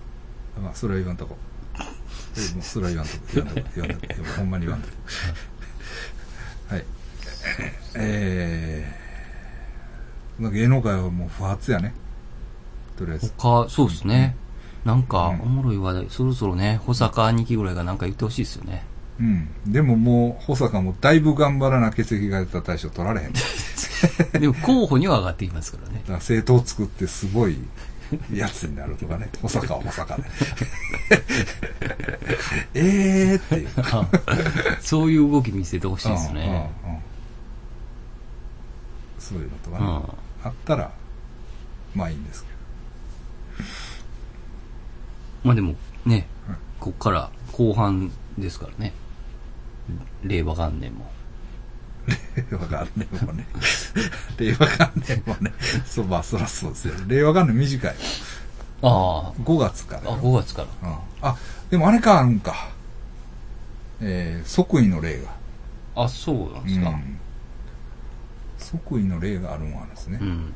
Speaker 1: まあ、それは言わんとこ。 もうそれは言わんとこ。言わんとこ。言わんとこ。ほんまに言わんとこ。 はい。えー、芸能界はもう不発やね。とりあえず。
Speaker 2: 他、そうですね。なんか、
Speaker 1: うん
Speaker 2: おもろい話題、そろそろね、保坂兄貴ぐらいがなんか言ってほしいですよね。
Speaker 1: うん。でももう、保坂もだいぶ頑張らな欠席が出た大賞取られへん。
Speaker 2: でも候補には上がってきますからね
Speaker 1: だ。から政党を作ってすごいやつになると かね。保坂は保坂で。えーっていう。
Speaker 2: そういう動き見せてほしいですね。
Speaker 1: うんうんうんそういうのとか
Speaker 2: う
Speaker 1: ね、
Speaker 2: ん。
Speaker 1: あったら、まあいいんですけ
Speaker 2: まあでも、ね
Speaker 1: うん、
Speaker 2: こっから後半ですからね。令和元年も。
Speaker 1: ど。令和元年 もね。令和元年もね。そう、まあそらそうですよ。令和元年短い。
Speaker 2: あ
Speaker 1: 5月から
Speaker 2: あ、
Speaker 1: よ。
Speaker 2: あ、5月から。
Speaker 1: うんあ、でもあれか、あるんか。えー即位の令が。
Speaker 2: あ、そうなんですか。
Speaker 1: うん即位の令があるもんなんですね。
Speaker 2: うん
Speaker 1: はいはい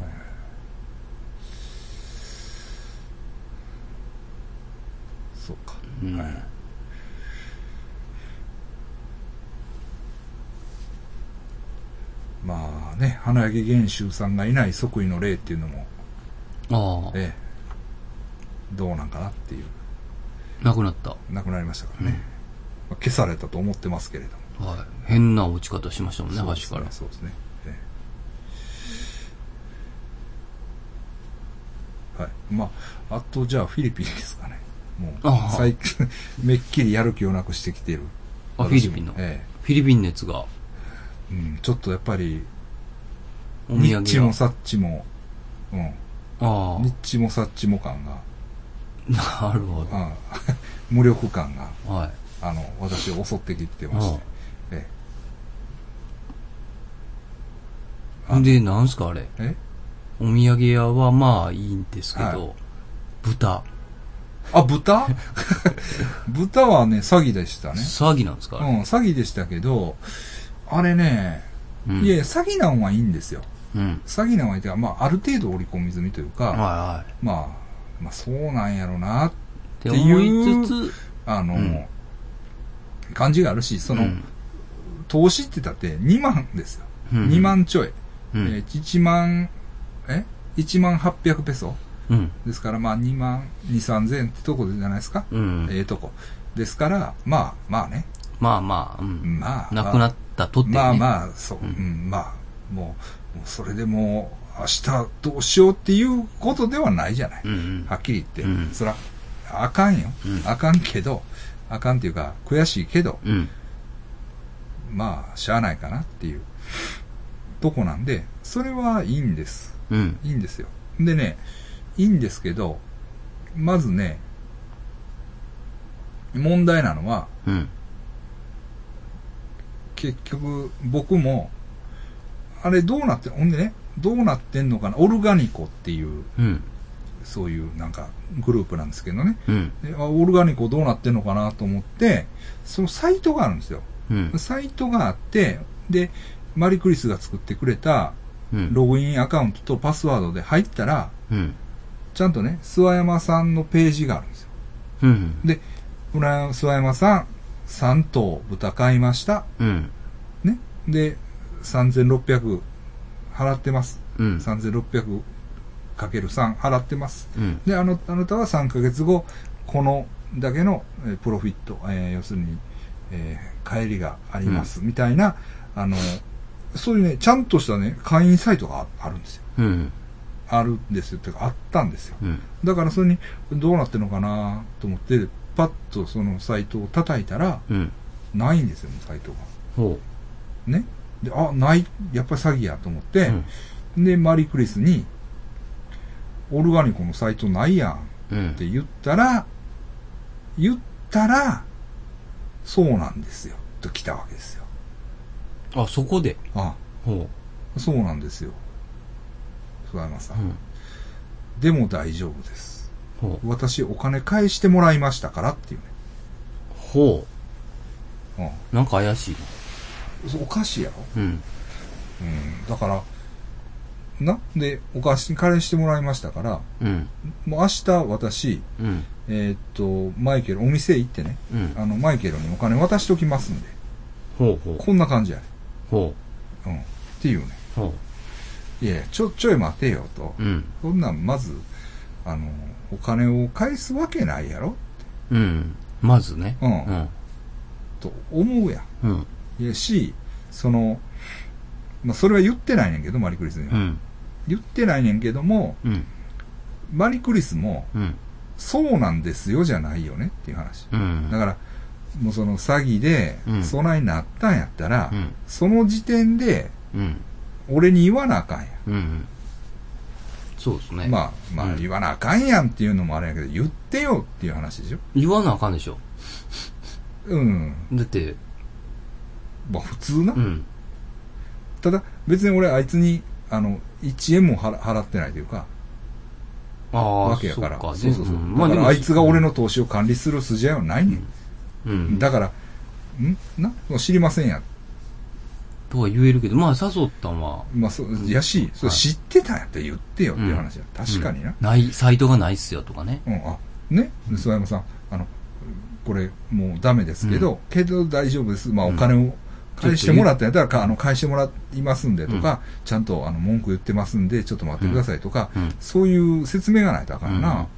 Speaker 1: そうか。
Speaker 2: うん
Speaker 1: はいまあね、花柳元秀さんがいない即位の例っていうのも、
Speaker 2: あ
Speaker 1: ええどうなんかなっていう、
Speaker 2: あ、なくなった。
Speaker 1: なくなりましたからね。まあ消されたと思ってますけれども。
Speaker 2: はい。変な落ち方しましたもんね、橋から。
Speaker 1: そうですね。ええはい。まあ、あとじゃあフィリピンですかね。も
Speaker 2: ああ
Speaker 1: う、最近、めっきりやる気をなくしてきている。
Speaker 2: あ、フィリピンの。
Speaker 1: え
Speaker 2: フィリピン熱が、
Speaker 1: え。うん、ちょ土産屋ニッチ
Speaker 2: お土産
Speaker 1: も
Speaker 2: が。
Speaker 1: サッチも、うん。
Speaker 2: あ
Speaker 1: ニッチもサッチも感が、
Speaker 2: あ。なるほ
Speaker 1: うん 無力感が、
Speaker 2: ど。はい。
Speaker 1: あの、私を襲ってきてまして。えあ
Speaker 2: で、なんすかあれ。
Speaker 1: ええ
Speaker 2: お土産屋はまあいいんですけど、
Speaker 1: はい
Speaker 2: 豚。
Speaker 1: あ、豚 豚はね、詐欺でしたね。
Speaker 2: 詐欺なんですか
Speaker 1: う
Speaker 2: あれ。
Speaker 1: ん、詐欺でしたけど、あれね、
Speaker 2: うん。
Speaker 1: いや、詐欺なんはいいんですよ。
Speaker 2: うん。
Speaker 1: 詐欺なんはいいというか、まあ、ある程度織り込み済みという
Speaker 2: はい
Speaker 1: か、
Speaker 2: は
Speaker 1: まあ、まあ、そうなんやろな、
Speaker 2: い。って
Speaker 1: っていう
Speaker 2: 思いつつ、
Speaker 1: あの、
Speaker 2: うん
Speaker 1: 感じがあるし、その、
Speaker 2: うん
Speaker 1: 投資って言ったって2万ですよ。
Speaker 2: うん
Speaker 1: 2万ちょい。
Speaker 2: うん
Speaker 1: えー1万、え ?1 万800ペソ
Speaker 2: うん。
Speaker 1: ですから、まあ2万2、3000ってとこじゃないですか。
Speaker 2: うん。
Speaker 1: ええとこ。ですから、まあまあね。
Speaker 2: まあまあ、うん。
Speaker 1: まあ。
Speaker 2: なくなったとってね。
Speaker 1: まあまあ、そう。う
Speaker 2: うん
Speaker 1: ん、まあ、もう、もうそれでもう、明日どうしようっていうことではないじゃない。
Speaker 2: うんうん。
Speaker 1: はっきり言って。
Speaker 2: うん
Speaker 1: そら、あかんよ。
Speaker 2: うん
Speaker 1: あかんけど、あかんっていうか、悔しいけど、
Speaker 2: うん。
Speaker 1: まあ、しゃあないかなっていうとこなんで、それはいいんです。
Speaker 2: うん。
Speaker 1: いいんですよ。でね、いいんですけど、まずね、問題なのは、
Speaker 2: うん。
Speaker 1: 結局、僕も、あれどうなって、ほんでね、どうなってんのかな、オルガニコっていう、
Speaker 2: うん。
Speaker 1: そういうなんかグループなんですけどね。
Speaker 2: うん。
Speaker 1: であオルガニコどうなってんのかなと思って、そのサイトがあるんですよ。
Speaker 2: うん。
Speaker 1: サイトがあって、で、マリクリスが作ってくれた
Speaker 2: うん。
Speaker 1: ログインアカウントとパスワードで入ったら、
Speaker 2: うん。
Speaker 1: ちゃんとね、諏訪山さんのページがあるんですよ。
Speaker 2: うん。
Speaker 1: で、これは諏訪山さん、3頭豚買いました。
Speaker 2: うん。
Speaker 1: ね。で、3600払ってます。
Speaker 2: うん。
Speaker 1: 3600かける3払ってます。
Speaker 2: うん。
Speaker 1: で、あの、あなたは3ヶ月後、このだけのえープロフィット、えー要するに、えー帰りがあります、みたいな、あの、そういうね、ちゃんとしたね、会員サイトがああるんですよ。
Speaker 2: うん。
Speaker 1: あるんですよ。ってか、あったんですよ。
Speaker 2: うん。
Speaker 1: だからそれに、どうなってるのかなと思って、パッとそのサイトを叩いたら、
Speaker 2: うん。
Speaker 1: ないんですよ、もうサイトが。
Speaker 2: ほ
Speaker 1: ね。で、あ、ない、やっぱり詐欺やと思っ
Speaker 2: う。
Speaker 1: て、で、マリクリスに、オルガニコのサイトないやん。
Speaker 2: うん。
Speaker 1: って言ったら、言ったら、そうなんですよ。と来たわけですよ。
Speaker 2: あ、そこで。
Speaker 1: あ、
Speaker 2: ほ
Speaker 1: そうなんですよ。諏訪山さ
Speaker 2: う。
Speaker 1: ん。
Speaker 2: うん。
Speaker 1: でも大丈夫です。
Speaker 2: ほう。
Speaker 1: 私お金返してもらいましたからっていう
Speaker 2: ほ
Speaker 1: ね。
Speaker 2: う。なんか怪しいな。
Speaker 1: うんそう。おかしいやろ
Speaker 2: うん。
Speaker 1: うん。だから、な、で、お返し、返してもらいましたから、
Speaker 2: うん。
Speaker 1: もう明日私、
Speaker 2: うん。
Speaker 1: えーっと、マイケル、お店行ってね、
Speaker 2: うん。
Speaker 1: あの、マイケルにお金渡しておきますんで、
Speaker 2: ほうほう。
Speaker 1: こんな感じやね。
Speaker 2: ほ
Speaker 1: うん。っていうね。
Speaker 2: う。ほ
Speaker 1: いやいや、ちょ、ちょい待てよと。
Speaker 2: う。うん。
Speaker 1: そんなん、まず、あの、お金を返すわけないやろ
Speaker 2: うん。まずね。
Speaker 1: うん
Speaker 2: うん。
Speaker 1: と思うや
Speaker 2: うん。
Speaker 1: ん。いやし、その、まあ、それは言ってないねんけど、マリクリスには。
Speaker 2: うん。
Speaker 1: 言ってないねんけども、
Speaker 2: うん。
Speaker 1: マリクリスも、
Speaker 2: うん。
Speaker 1: そうなんですよじゃないよねっていう話。
Speaker 2: うん。
Speaker 1: だから、もうその詐欺で
Speaker 2: う、ん
Speaker 1: そないなったんやったら、
Speaker 2: うん
Speaker 1: その時点で、
Speaker 2: うん。
Speaker 1: 俺に言わなあかんやん。
Speaker 2: うん。そうですね。
Speaker 1: まあ、まあ、
Speaker 2: うん
Speaker 1: 言わなあかんやんっていうのもあれやけど、言ってよっていう話でしょ。
Speaker 2: 言わなあかんでしょ。
Speaker 1: うん。
Speaker 2: だって、
Speaker 1: まあ、普通な。
Speaker 2: うん。
Speaker 1: ただ、別に俺、あいつに、あの、1円も払払ってないというか、
Speaker 2: ああ、
Speaker 1: わけやから。
Speaker 2: そうか。
Speaker 1: そうそうそう。
Speaker 2: ん
Speaker 1: だから、あいつが俺の投資を管理する筋合いはないねん。
Speaker 2: うん。
Speaker 1: だから、んなもう知りませんやん。
Speaker 2: とは言えるけど、まあ、誘ったんは、
Speaker 1: まあ、そう、やし、それ
Speaker 2: はい
Speaker 1: 知ってたんやったら言ってよっていう話や。確かにな。
Speaker 2: ない、サイトがないっすよとかね。
Speaker 1: うん、あ、ね、諏訪山さん、あの、これ、もうダメですけど、けど大丈夫です。まあ、お金を返してもらったんやったら、かあの、返してもらいますんでとか、ちゃんと、あの、文句言ってますんで、ちょっと待ってくださいとか、
Speaker 2: うん
Speaker 1: そういう説明がないとあかんな。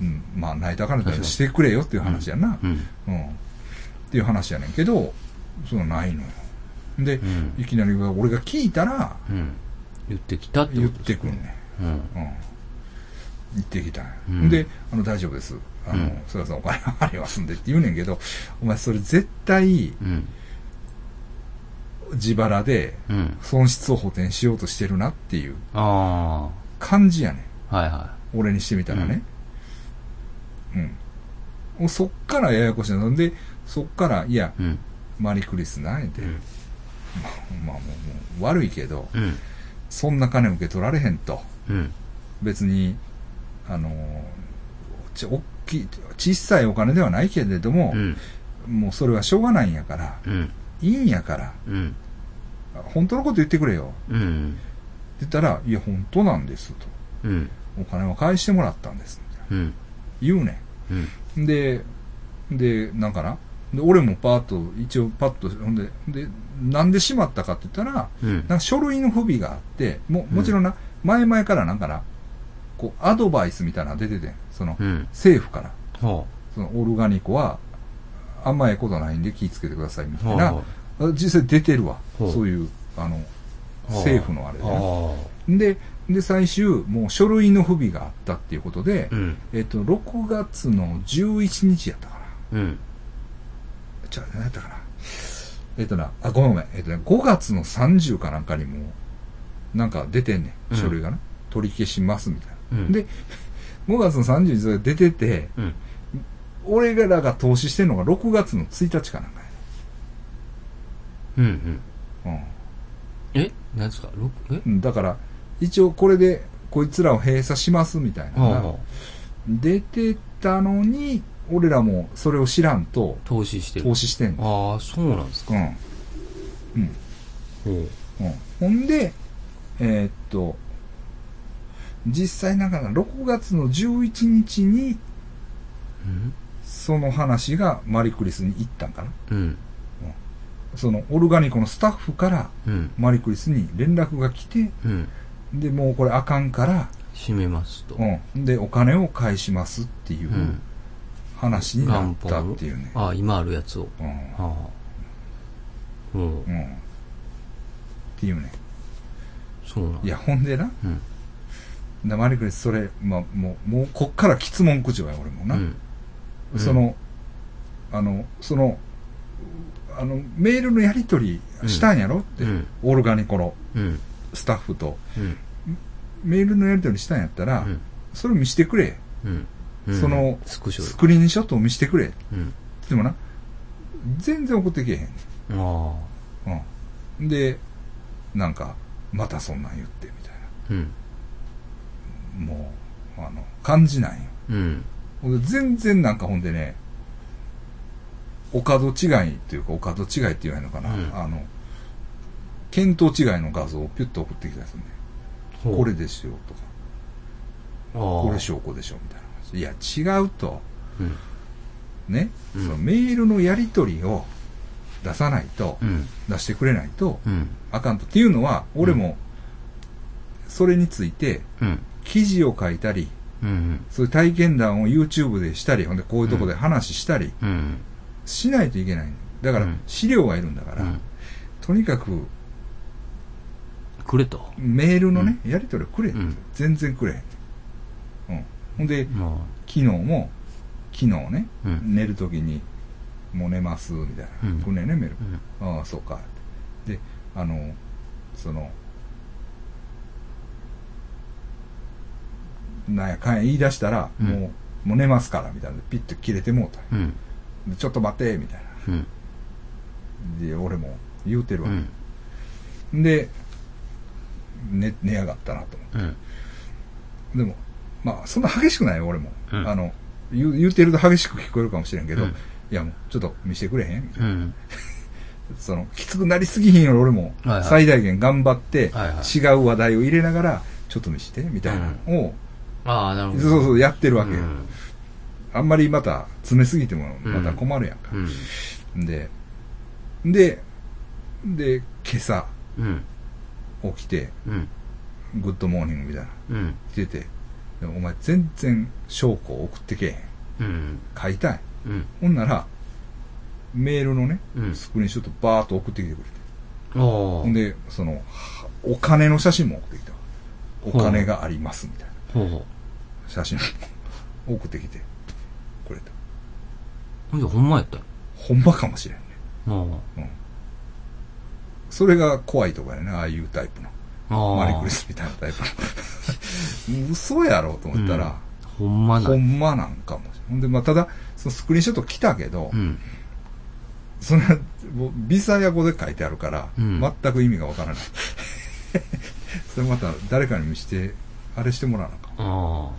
Speaker 1: うん、まあ、ないとあかんの
Speaker 2: 確かに
Speaker 1: してくれよっていう話やな。
Speaker 2: うん。
Speaker 1: うん。っていう話やねんけど、そのないのよ。で、
Speaker 2: うん
Speaker 1: いきなり俺が聞いたら、
Speaker 2: うん。言ってきたって
Speaker 1: 言
Speaker 2: こ
Speaker 1: っ
Speaker 2: とです
Speaker 1: て
Speaker 2: ね
Speaker 1: くんねん。
Speaker 2: うん。
Speaker 1: うん行ってきたんや、
Speaker 2: うん
Speaker 1: であの「大丈夫ですあの、
Speaker 2: うん
Speaker 1: そらさんお金 ありますんで」って言うねんけどお前それ絶対
Speaker 2: うん。
Speaker 1: 自腹で
Speaker 2: うん。
Speaker 1: 損失を補填しようとしてるなっていう
Speaker 2: ああ。
Speaker 1: 感じやね
Speaker 2: はいは
Speaker 1: ん。俺にしてみたらね。うん。もうそっからややこしいの。んで、そっから、いや、
Speaker 2: い。うん。
Speaker 1: マリクリスなんやて、
Speaker 2: うん。
Speaker 1: まあもう、もう悪いけど、
Speaker 2: うん。
Speaker 1: そんな金受け取られへんと。
Speaker 2: うん。
Speaker 1: 別に、あのー、ち大きい、小さいお金ではないけれども
Speaker 2: う、ん。
Speaker 1: もうそれはしょうがないんやから、
Speaker 2: うん。
Speaker 1: いいんやから、
Speaker 2: うん。
Speaker 1: 本当のこと言ってくれよ。
Speaker 2: うん。
Speaker 1: って言ったら、いや、本当なんですと。
Speaker 2: うん。
Speaker 1: お金は返してもらったんです。みたいな
Speaker 2: うん。
Speaker 1: 言うね
Speaker 2: うん。
Speaker 1: ん。で、で、なんかな。で、俺もパーッと、一応パッと、ほんで、で、なんでしまったかって言ったら、
Speaker 2: うん。
Speaker 1: なんか書類の不備があって、も、もちろんな、前々からなんかな、こう、アドバイスみたいなのが出ててんその、
Speaker 2: うん。
Speaker 1: 政府から。
Speaker 2: ほ
Speaker 1: その、オルガニコは、甘いことないんで気ぃつけてください、み
Speaker 2: う。
Speaker 1: た
Speaker 2: ほ。
Speaker 1: いうな。実際出てるわ。
Speaker 2: ほう
Speaker 1: そういう、あの、政府のあれでね。
Speaker 2: ほ
Speaker 1: で、で、最終、もう書類の不備があったっていうことで、
Speaker 2: う。うん。
Speaker 1: えっと、6月の11日やったか
Speaker 2: うん。
Speaker 1: な。じゃあ、何やったかな。えっとな、あ、ごめんごめん。えっとね、5月の30かなんかにも、なんか出てんね
Speaker 2: うん
Speaker 1: ん。書類がな。取り消しますみたいな。
Speaker 2: うん。
Speaker 1: で、5月の30日それ出てて、
Speaker 2: うん。
Speaker 1: 俺らが投資してんのが6月の1日かなんか
Speaker 2: うん。うん。
Speaker 1: やね
Speaker 2: え何ですかろ
Speaker 1: う
Speaker 2: え
Speaker 1: ん。うんだから、一応これで、こいつらを閉鎖しますみたいなのが。
Speaker 2: ほう。
Speaker 1: 出てたのに、俺らもそれを知らんと、
Speaker 2: 投資してる。
Speaker 1: 投資してんの。
Speaker 2: ああ、そうなんですか。
Speaker 1: うん。うん。
Speaker 2: ほう。
Speaker 1: うん、ほんで、えーっと、実際なんかな6月の11日に、
Speaker 2: うん。
Speaker 1: その話がマリクリスに行ったんかな。
Speaker 2: うん。
Speaker 1: そのオルガニコのスタッフから
Speaker 2: うん。
Speaker 1: マリクリスに連絡が来て、
Speaker 2: うん。
Speaker 1: で、もうこれあかんから、
Speaker 2: 閉めますと。。
Speaker 1: うん。で、お金を返しますっていううん話になったっていうね。
Speaker 2: ああ、今あるやつを。
Speaker 1: うん
Speaker 2: はあ。うん
Speaker 1: う。ん。っていうね。
Speaker 2: そうなん
Speaker 1: いや、ほんでな、
Speaker 2: うん。
Speaker 1: なマリクリス、それ、まあ、もう、もう、こっから質問口調や、俺も
Speaker 2: う
Speaker 1: な。
Speaker 2: ん。うん
Speaker 1: その、あの、その、あの、メールのやり取りしたんやろって、
Speaker 2: うん。
Speaker 1: オルガニコの
Speaker 2: うん。
Speaker 1: スタッフと、
Speaker 2: うん。
Speaker 1: メールのやり取りしたんやったら、
Speaker 2: うん
Speaker 1: それ見してくれ。
Speaker 2: うん。
Speaker 1: その
Speaker 2: スクシ
Speaker 1: ス
Speaker 2: ョ。
Speaker 1: クリーンショットを見してくれ。
Speaker 2: うん。
Speaker 1: でもな、全然送ってけえ
Speaker 2: あ
Speaker 1: へん。うん。で、なんか、またそんなん言って、みたいな。
Speaker 2: あ。うん。
Speaker 1: もう、あの、感じないよ。
Speaker 2: うん。
Speaker 1: 俺全然なんかほんでね、お門違いというか、お門違いって言わないのかな、
Speaker 2: うん
Speaker 1: あの、見当違いの画像をピュッと送ってきたやつね。
Speaker 2: ほう
Speaker 1: これ。ですよとか、
Speaker 2: ああ。
Speaker 1: こ
Speaker 2: こ
Speaker 1: れ証拠でしょみたいな話。いや、違うと。
Speaker 2: うん。
Speaker 1: ね、
Speaker 2: うん
Speaker 1: そのメールのやり取りを出さないと、
Speaker 2: うん。
Speaker 1: 出してくれないと、
Speaker 2: うん。
Speaker 1: あかんと。っていうのは、俺も、それについて、
Speaker 2: うん。
Speaker 1: 記事を書いたり、
Speaker 2: うん。
Speaker 1: そういう体験談を YouTube でしたり、ほんでこういうとこで話したり、
Speaker 2: うん。
Speaker 1: しないといけない。だから
Speaker 2: うん、
Speaker 1: 資料がいるんだから、
Speaker 2: うん。
Speaker 1: とにかく、
Speaker 2: くれと。
Speaker 1: メールのね、やり取りをくれ、
Speaker 2: うん
Speaker 1: 全然くれへん。うん。ほんで、
Speaker 2: ま
Speaker 1: 昨日も、昨日ね、
Speaker 2: あ。うん。
Speaker 1: 寝るときに、もう寝ます、みたいな。
Speaker 2: うん
Speaker 1: くんねんね、メール
Speaker 2: う。ん。
Speaker 1: ああ、そうか。で、あの、その、なんやかんや言い出したら、
Speaker 2: うん
Speaker 1: もう、もう寝ますから、みたいな。ピッと切れてもうた。
Speaker 2: うん。
Speaker 1: でちょっと待て、みたいな。
Speaker 2: うん。
Speaker 1: で、俺も言うてる
Speaker 2: う
Speaker 1: わけ。
Speaker 2: ん。
Speaker 1: で、寝、寝やがったなと思
Speaker 2: うん。
Speaker 1: う。でも、まあ、そんな激しくないよ、俺も。
Speaker 2: うん
Speaker 1: あの、言う、言うてると激しく聞こえるかもしれんけど、
Speaker 2: うん
Speaker 1: いや、もう、ちょっと見せてくれへんみたいな
Speaker 2: うん。
Speaker 1: その、きつくなりすぎひんよ、俺も
Speaker 2: はいは。い
Speaker 1: 最大限頑張って、
Speaker 2: はいは
Speaker 1: 違う話題を入れながら、ちょっと見せて、みたいなのを、
Speaker 2: ああ、なるほ
Speaker 1: そう
Speaker 2: ど。う
Speaker 1: そう、やってるわけよ。
Speaker 2: ん。
Speaker 1: あんまりまた、詰めすぎても、
Speaker 2: うん
Speaker 1: また困るやんか
Speaker 2: う。ん。
Speaker 1: で、で、で、今朝、
Speaker 2: うん。
Speaker 1: 起きて、
Speaker 2: うん。
Speaker 1: グッドモーニングみたいな。
Speaker 2: うん。
Speaker 1: 来てて、でもお前全然証拠を送ってけえへん。
Speaker 2: うん。
Speaker 1: 書いたい。
Speaker 2: うん。
Speaker 1: ほんなら、メールのね、
Speaker 2: うん
Speaker 1: スクリーンショットバーっと送ってきてくれて。
Speaker 2: ああ
Speaker 1: ほん。で、その、はお金の写真も送ってきたわ。お金がありますみたいな
Speaker 2: ほうほう。
Speaker 1: 写真 も送ってきてくれた。
Speaker 2: ほんで、ほんまやったよ。
Speaker 1: ほんまかもしれんね。
Speaker 2: ああ。
Speaker 1: うん。それが怖いとかやね、ああいうタイプの。
Speaker 2: あ
Speaker 1: マリ
Speaker 2: あ
Speaker 1: クリスみたいなタイプの 嘘やろと思ったら、
Speaker 2: ほんまだ
Speaker 1: ほんまなんかもしれんほんで、まあ、ただ、そのスクリーンショット来たけど、
Speaker 2: うん
Speaker 1: それは、もう微細な語で書いてあるから、
Speaker 2: うん
Speaker 1: 全く意味がわからない。 それまた誰かに見して、あれしてもらわなあかん
Speaker 2: ああ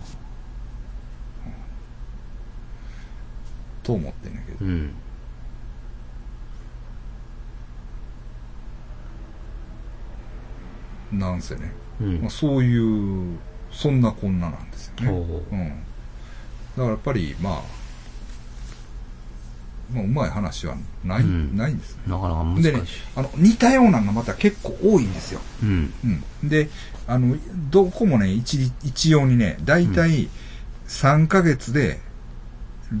Speaker 1: と思ってんだけど
Speaker 2: う。ん
Speaker 1: なんせね、
Speaker 2: うん
Speaker 1: まあ、そういうそんなこんななんですよ
Speaker 2: ほう
Speaker 1: ね、う
Speaker 2: ほ
Speaker 1: ん、だからやっぱりまあまあうまい話はない,、
Speaker 2: うん
Speaker 1: ないんですね
Speaker 2: うなかなか難しい
Speaker 1: でねあの似たようなのがまた結構多いんですよ、
Speaker 2: うん
Speaker 1: うん、であのどこもね一律一様にね大体3ヶ月で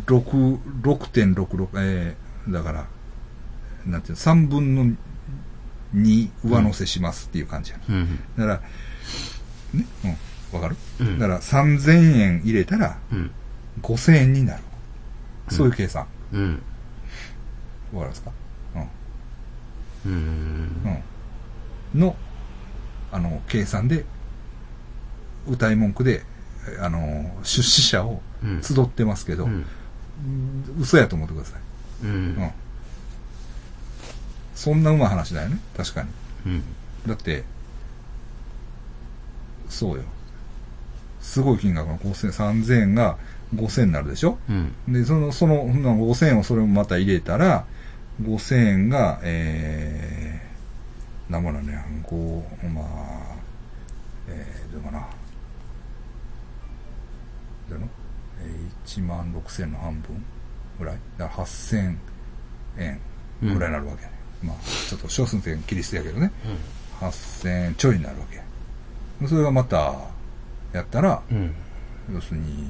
Speaker 1: 6 6.66えー、だからなんていうの3分の2上乗せしますっていう感じやね、
Speaker 2: うん
Speaker 1: だから、ね、うん、わかる、
Speaker 2: うん
Speaker 1: だから3000円入れたら
Speaker 2: うん
Speaker 1: 5000円になる。
Speaker 2: うん
Speaker 1: そういう計算。わ、
Speaker 2: うん
Speaker 1: かりますか
Speaker 2: う
Speaker 1: うんん。うん。の、あの、計算で、歌い文句で、えあの、出資者を
Speaker 2: うん
Speaker 1: 集ってますけど、
Speaker 2: うん
Speaker 1: 嘘やと思ってください。
Speaker 2: う
Speaker 1: うん。
Speaker 2: ん
Speaker 1: そんなうまい話だよね。確かに。
Speaker 2: うん
Speaker 1: だって、そうよ。すごい金額の5000、3000円が5000になるでしょ
Speaker 2: うん
Speaker 1: で、その、その、ほんなら5000円をそれもまた入れたら、5000円が、えー、なんぼなんね、こう、まあ、えー、どうかな。どうのえー、1万6000の半分ぐらいだから8000円ぐらいになるわけ、ねまあ、ちょっと少数点切り捨てやけどね。8000円ちょいになるわけ。それがまた、やったら、
Speaker 2: うん
Speaker 1: 要するに、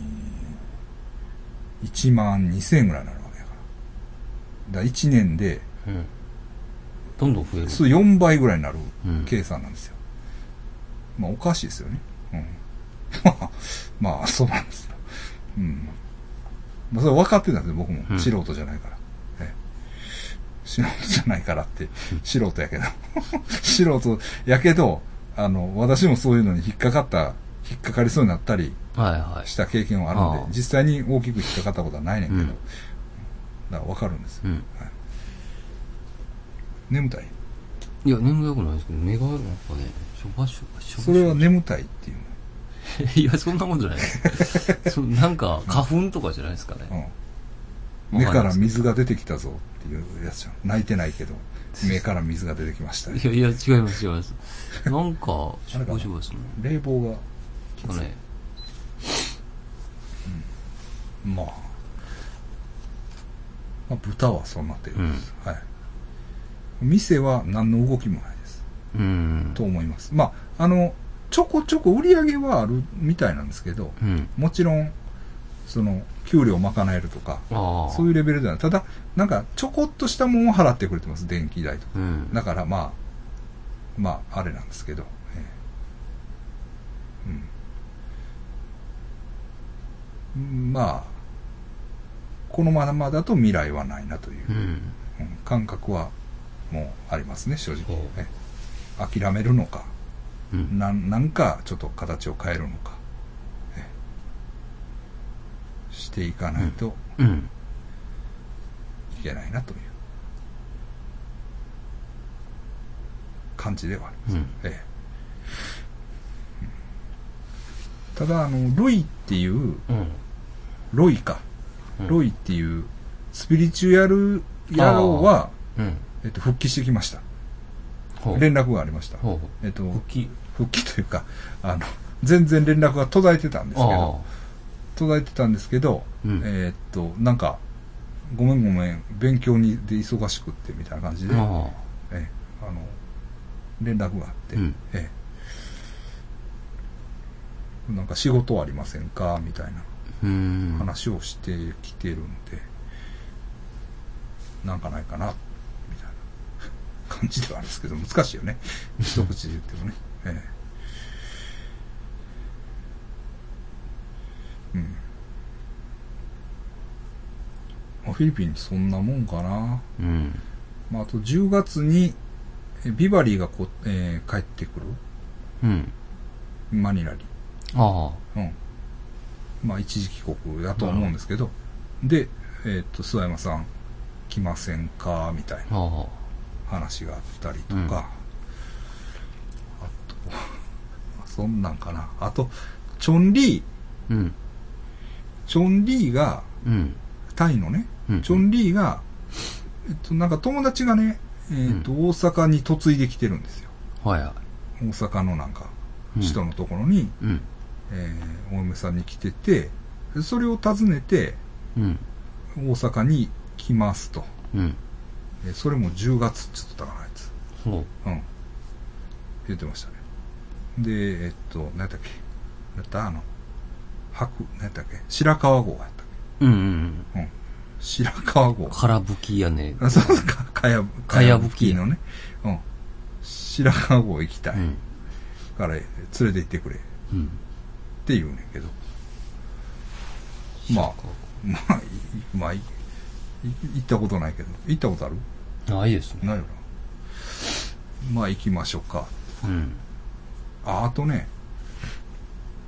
Speaker 1: 1万2000円ぐらいになるわけだから。だから1年で、
Speaker 2: うんどんどん増える
Speaker 1: 数4倍ぐらいになる
Speaker 2: うん
Speaker 1: 計算なんですよ。まあ、おかしいですよね。うん。 まあ、まあ、そうなんですよ。うん。まあ、それ分かってたんですよ、僕も
Speaker 2: う。ん
Speaker 1: 素人じゃないから。ええ素人じゃないからって、素人やけど。 素人やけど、あの、私もそういうのに引っかかった、引っかかりそうになったり、
Speaker 2: はいはい
Speaker 1: した経験はあるん
Speaker 2: あ
Speaker 1: で、
Speaker 2: あ
Speaker 1: 実際に大きく引っかかったことはないねんけど、
Speaker 2: うん
Speaker 1: だから分かるんですよ。
Speaker 2: うん
Speaker 1: はい、眠たい
Speaker 2: いや眠たくないですけど目がなんかねしょばしょばしょばしょば
Speaker 1: それは眠たいっていう
Speaker 2: いや、そんなこと じゃないです。そなんか、花粉とかじゃないですかね。
Speaker 1: の、うん、目
Speaker 2: わ
Speaker 1: か
Speaker 2: りま
Speaker 1: ら
Speaker 2: す
Speaker 1: 水が出てきたぞっていうやつじゃん泣いてないけど目から水が出てきました
Speaker 2: いや、いや、違います、違います。なんか、しょぼしょぼですね。
Speaker 1: 冷房が
Speaker 2: なんかね、
Speaker 1: まあ、まあ、豚はそうなってるんです、はい店は何の動きもないです
Speaker 2: うん。
Speaker 1: と思いますまああのちょこちょこ売り上げはあるみたいなんですけど、
Speaker 2: うん。
Speaker 1: もちろん、その、給料を賄えるとか、
Speaker 2: ああ。
Speaker 1: そういうレベルではない。ただ、なんか、ちょこっとしたもんを払ってくれてます、電気代とか。
Speaker 2: うん。
Speaker 1: だから、まあ、まあ、あれなんですけど。ええうん。まあ、このままだと未来はないなというう、
Speaker 2: ん。
Speaker 1: うん感覚は、もうありますね、正直
Speaker 2: ほう。
Speaker 1: ええ諦めるのか、
Speaker 2: うん。
Speaker 1: なんなんかちょっと形を変えるのか、ねしていかないと
Speaker 2: うん。
Speaker 1: いけないなという感じではあります。
Speaker 2: うん。
Speaker 1: ええただあのロイっていう
Speaker 2: うん。
Speaker 1: ロイか、
Speaker 2: うん
Speaker 1: ロイっていうスピリチュアル野郎は、
Speaker 2: うん。
Speaker 1: えっと、復帰してきました
Speaker 2: ほう。
Speaker 1: 連絡がありました、
Speaker 2: ほう。
Speaker 1: えっと、
Speaker 2: 復帰。
Speaker 1: 復帰というかあの全然連絡が途絶えてたんですけど
Speaker 2: ああ。
Speaker 1: 途絶えてたんですけど、
Speaker 2: うん
Speaker 1: えーっと、なんか、ごめんごめん、勉強にで忙しくってみたいな感じで、
Speaker 2: ああ。
Speaker 1: えあの、連絡があって、
Speaker 2: うん
Speaker 1: ええなんか仕事はありませんかみたい
Speaker 2: うん。
Speaker 1: な。話をしてきてるので、なんかないかな、みたいな 感じではあるんですけど、難しいよね。一口で言ってもね。ええうんまあフィリピンそんなもんかな。
Speaker 2: うん。
Speaker 1: まあ、あと10月にえビバリーがこ、えー帰ってくる
Speaker 2: うん。
Speaker 1: マニラに。
Speaker 2: あ
Speaker 1: うん。まあ、一時帰国だと思うんですけど、で、えっと、諏訪山さん、来ませんかみたい
Speaker 2: あ、
Speaker 1: な
Speaker 2: ああ。
Speaker 1: 話があったりと か、
Speaker 2: うん
Speaker 1: あと、そんなんかな。あと、チョンリー、
Speaker 2: うん。
Speaker 1: チョンリーが、
Speaker 2: うん。
Speaker 1: タイのね、
Speaker 2: うん
Speaker 1: チョンリーが、えっと、なんか友達がね、えっと、大阪に嫁いできてるんですよ。
Speaker 2: はいは
Speaker 1: 大阪のなんか、
Speaker 2: い。
Speaker 1: 人のところに、
Speaker 2: うん。うん。
Speaker 1: えーお嫁さんに来てて、それを訪ねて、
Speaker 2: うん。
Speaker 1: 大阪に来ますと。
Speaker 2: うん。
Speaker 1: えーそれも10月ちょっとだからあいつ。
Speaker 2: ほ
Speaker 1: うん。言ってましたね。で、えっと、何やったっけ何やったあの、白、何やったっけ白川郷やったっ
Speaker 2: う。うんうんうん。
Speaker 1: けうん。白川郷。
Speaker 2: 空吹き屋根。
Speaker 1: あ、そうか、かやぶ、
Speaker 2: かやぶき
Speaker 1: かのね。うん。白川郷行きたい。
Speaker 2: うん。
Speaker 1: から、連れて行ってくれ。っ
Speaker 2: うん。
Speaker 1: て言うねんけど。まあ、 まあ、いまあ、いい行ったことないけど。行ったことある
Speaker 2: ないですね。
Speaker 1: ないよな。まあ行きましょうか。
Speaker 2: うん。
Speaker 1: あ、あとね、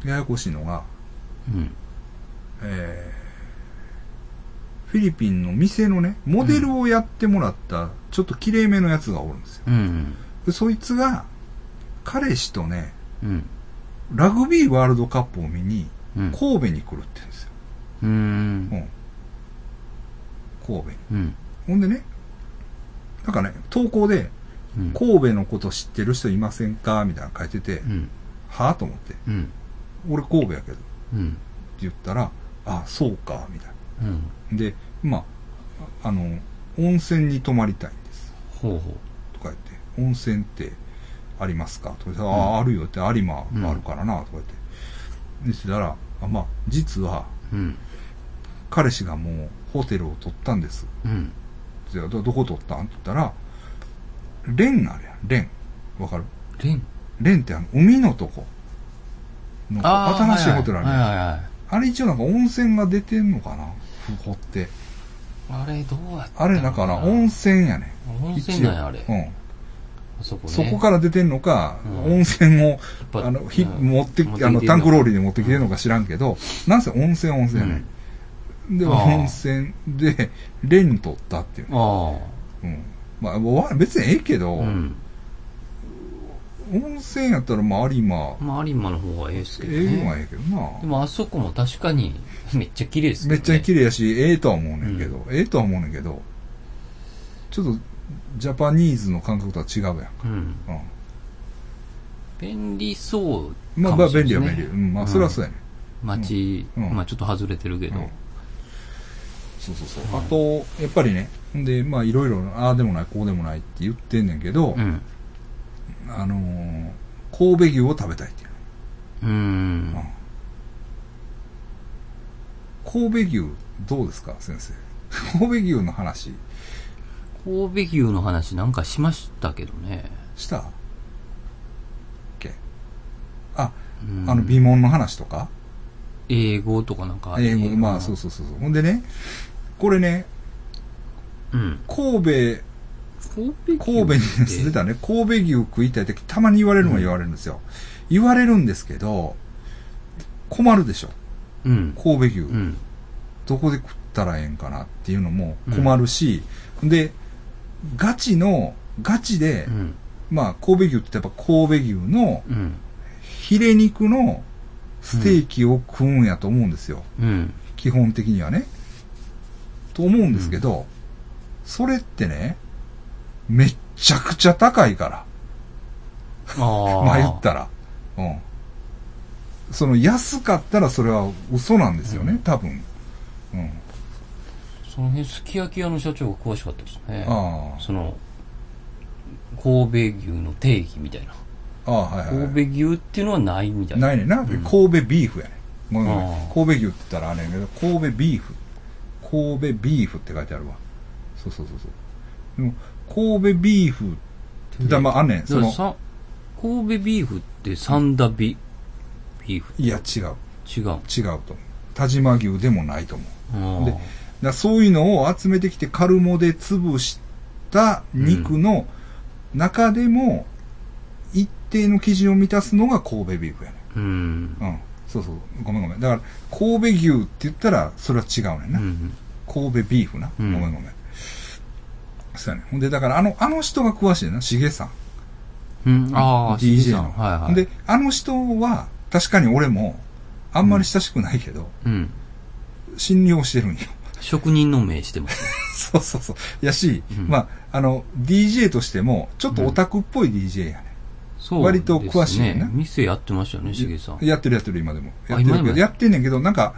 Speaker 1: ややこしいのが、
Speaker 2: うん。
Speaker 1: えー、フィリピンの店のね、モデルをやってもらった、ちょっと綺麗めのやつがおるんですよ。
Speaker 2: うん。
Speaker 1: でそいつが、彼氏とね、
Speaker 2: うん。
Speaker 1: ラグビーワールドカップを見に、
Speaker 2: うん。
Speaker 1: 神戸に来るって言うんですよ。
Speaker 2: うーん。
Speaker 1: うん。神戸に。
Speaker 2: うん。
Speaker 1: ほんでね、なんかね、投稿で、
Speaker 2: うん。
Speaker 1: 神戸のこと知ってる人いませんかみたいなの書いてて、
Speaker 2: うん。
Speaker 1: はぁと思って。
Speaker 2: うん。
Speaker 1: 俺神戸やけど。
Speaker 2: う
Speaker 1: っ
Speaker 2: ん。
Speaker 1: て言ったら、あ、そうか、みたい
Speaker 2: うん。
Speaker 1: な。で、まあ、あの、温泉に泊まりたいんです。
Speaker 2: ほうほ
Speaker 1: とか言って、温泉ってありますかとか言って、
Speaker 2: う
Speaker 1: あ
Speaker 2: ん
Speaker 1: あ、あるよって、有馬があるからな、とか言って。で、したら、あまあ、実は、
Speaker 2: う。うん。
Speaker 1: 彼氏がもうホテルを取ったんです。
Speaker 2: うん。
Speaker 1: でどどこ取ったんって言ったら、レンあるやん、レン。わかる
Speaker 2: レン。
Speaker 1: レンってあの、海のとこ。の新しいホテルあるやん、
Speaker 2: はいはいはい。
Speaker 1: あれ一応なんか温泉が出てんのかなここって。
Speaker 2: あれどうやった
Speaker 1: あれだから温泉やね
Speaker 2: 温泉なんやあれ、
Speaker 1: 一応うん
Speaker 2: あそこね
Speaker 1: そこから出てんのか、
Speaker 2: うん
Speaker 1: 温泉を、
Speaker 2: ぱ
Speaker 1: あの、ひ
Speaker 2: うん
Speaker 1: 持って
Speaker 2: 持ってき
Speaker 1: き、
Speaker 2: て
Speaker 1: あ
Speaker 2: ん
Speaker 1: の、
Speaker 2: の
Speaker 1: タンクローリーで持ってきてるのか知らんけど、なんせ温泉温泉やね、ん。で、
Speaker 2: あー
Speaker 1: 温泉で、レン取ったっていうね。
Speaker 2: あ
Speaker 1: うん。まあ、わ別にええけど、
Speaker 2: あうん
Speaker 1: 温泉やったら、まあ、有馬、
Speaker 2: まあ有馬の方がええですけど
Speaker 1: ええのは
Speaker 2: ね
Speaker 1: ええけどな。
Speaker 2: でもあそこも確かに めっちゃ綺麗ですけど
Speaker 1: め
Speaker 2: ね
Speaker 1: っちゃ綺麗やし、ええとは思うねんけど、ええとは思うねんけど、ちょっと、ジャパニーズの感覚とは違うやん。
Speaker 2: うん
Speaker 1: うん。
Speaker 2: 便利そう
Speaker 1: まあ、
Speaker 2: か
Speaker 1: ま
Speaker 2: も
Speaker 1: あ、
Speaker 2: しれ
Speaker 1: 便
Speaker 2: ない
Speaker 1: 利
Speaker 2: です
Speaker 1: は便利。う
Speaker 2: ね
Speaker 1: ん、まあ、それはそうやね、
Speaker 2: 街、
Speaker 1: うん
Speaker 2: まあちょっと外れてるけど、
Speaker 1: うんそうそうそう。あと、やっぱりね、で、まあ、いろいろ、ああでもない、こうでもないって言ってんねんけど、
Speaker 2: うん
Speaker 1: あのー神戸牛を食べたいっていう
Speaker 2: うーん
Speaker 1: の、うん神戸牛、どうですか、先生。神戸牛の話、
Speaker 2: 神戸牛の話なんかしましたけどね、
Speaker 1: したっけあ、
Speaker 2: うん
Speaker 1: あの、美門の話とか、
Speaker 2: 英語とかなんか
Speaker 1: 英語、まあ、そう
Speaker 2: そ
Speaker 1: そうそうそう。ほんでね、これね、
Speaker 2: う、うん、
Speaker 1: 神戸、
Speaker 2: 神戸
Speaker 1: 神戸に出たね、神戸牛食いたいってたまに言われるのは言われるんですよ。言われるんですけど、困るでしょ。
Speaker 2: うん
Speaker 1: 神戸牛、
Speaker 2: うん
Speaker 1: どこで食ったらええんかなっていうのも困るし、で、ガチの、ガチで、
Speaker 2: うん
Speaker 1: まあ神戸牛ってやっぱ神戸牛の
Speaker 2: うん
Speaker 1: ヒレ肉のステーキを食うんやと思うんですよ。
Speaker 2: うん
Speaker 1: 基本的にはね。と思うんですけど、それってね、めっちゃくちゃ高いから。
Speaker 2: ああ
Speaker 1: まあ言ったら。うん。その安かったらそれは嘘なんですよね、多分。うん。
Speaker 2: その辺、すき焼き屋の社長が詳しかったですね。
Speaker 1: ああ
Speaker 2: その、神戸牛の定義みたいな。
Speaker 1: ああ、はいはい、はい。
Speaker 2: 神戸牛っていうのはないみたいな。
Speaker 1: ないねんな、
Speaker 2: ん
Speaker 1: 神戸ビーフやねん。ごめんごめん
Speaker 2: ああ
Speaker 1: 神戸牛って言ったらあれやけど、神戸ビーフ。神戸ビーフって書いてあるわ。そうそうそうそう。でも、神戸ビーフって、だまああんねん。
Speaker 2: だ
Speaker 1: そ
Speaker 2: から
Speaker 1: の、
Speaker 2: さ、神戸ビーフってサンダビ、ビーフ
Speaker 1: いや違う。
Speaker 2: 違う。
Speaker 1: 違うと思う。田島牛でもないと思う。
Speaker 2: ああ
Speaker 1: でだからそういうのを集めてきてカルモで潰した肉の中でも一定の基準を満たすのが神戸ビーフやね
Speaker 2: うん
Speaker 1: ん。うん。そうそう。ごめんごめん。だから、神戸牛って言ったら、それは違うねん
Speaker 2: う
Speaker 1: な。
Speaker 2: ん
Speaker 1: 神戸ビーフな。
Speaker 2: う
Speaker 1: ご
Speaker 2: ん
Speaker 1: めんごめん。そうやねん。ほんで、だから、あの、あの人が詳しいねんな。しげさん。
Speaker 2: うんああ
Speaker 1: DJ
Speaker 2: さ
Speaker 1: の。
Speaker 2: んはいは
Speaker 1: ほ
Speaker 2: い
Speaker 1: んで、あの人は、確かに俺も、あんまり親しくないけど、
Speaker 2: うん
Speaker 1: 信用してるんよ。
Speaker 2: 職人の名してますね
Speaker 1: そうそうそう。やし、
Speaker 2: うん
Speaker 1: まあ、あの、DJ としても、ちょっとオタクっぽい DJ やね、
Speaker 2: そう
Speaker 1: 割と詳しいね
Speaker 2: ですね店やってましたよねしげさん
Speaker 1: やってるやってる、今でも。
Speaker 2: あ
Speaker 1: やってる
Speaker 2: 今
Speaker 1: け
Speaker 2: で
Speaker 1: ど、
Speaker 2: も
Speaker 1: やってんねんけど、なんか、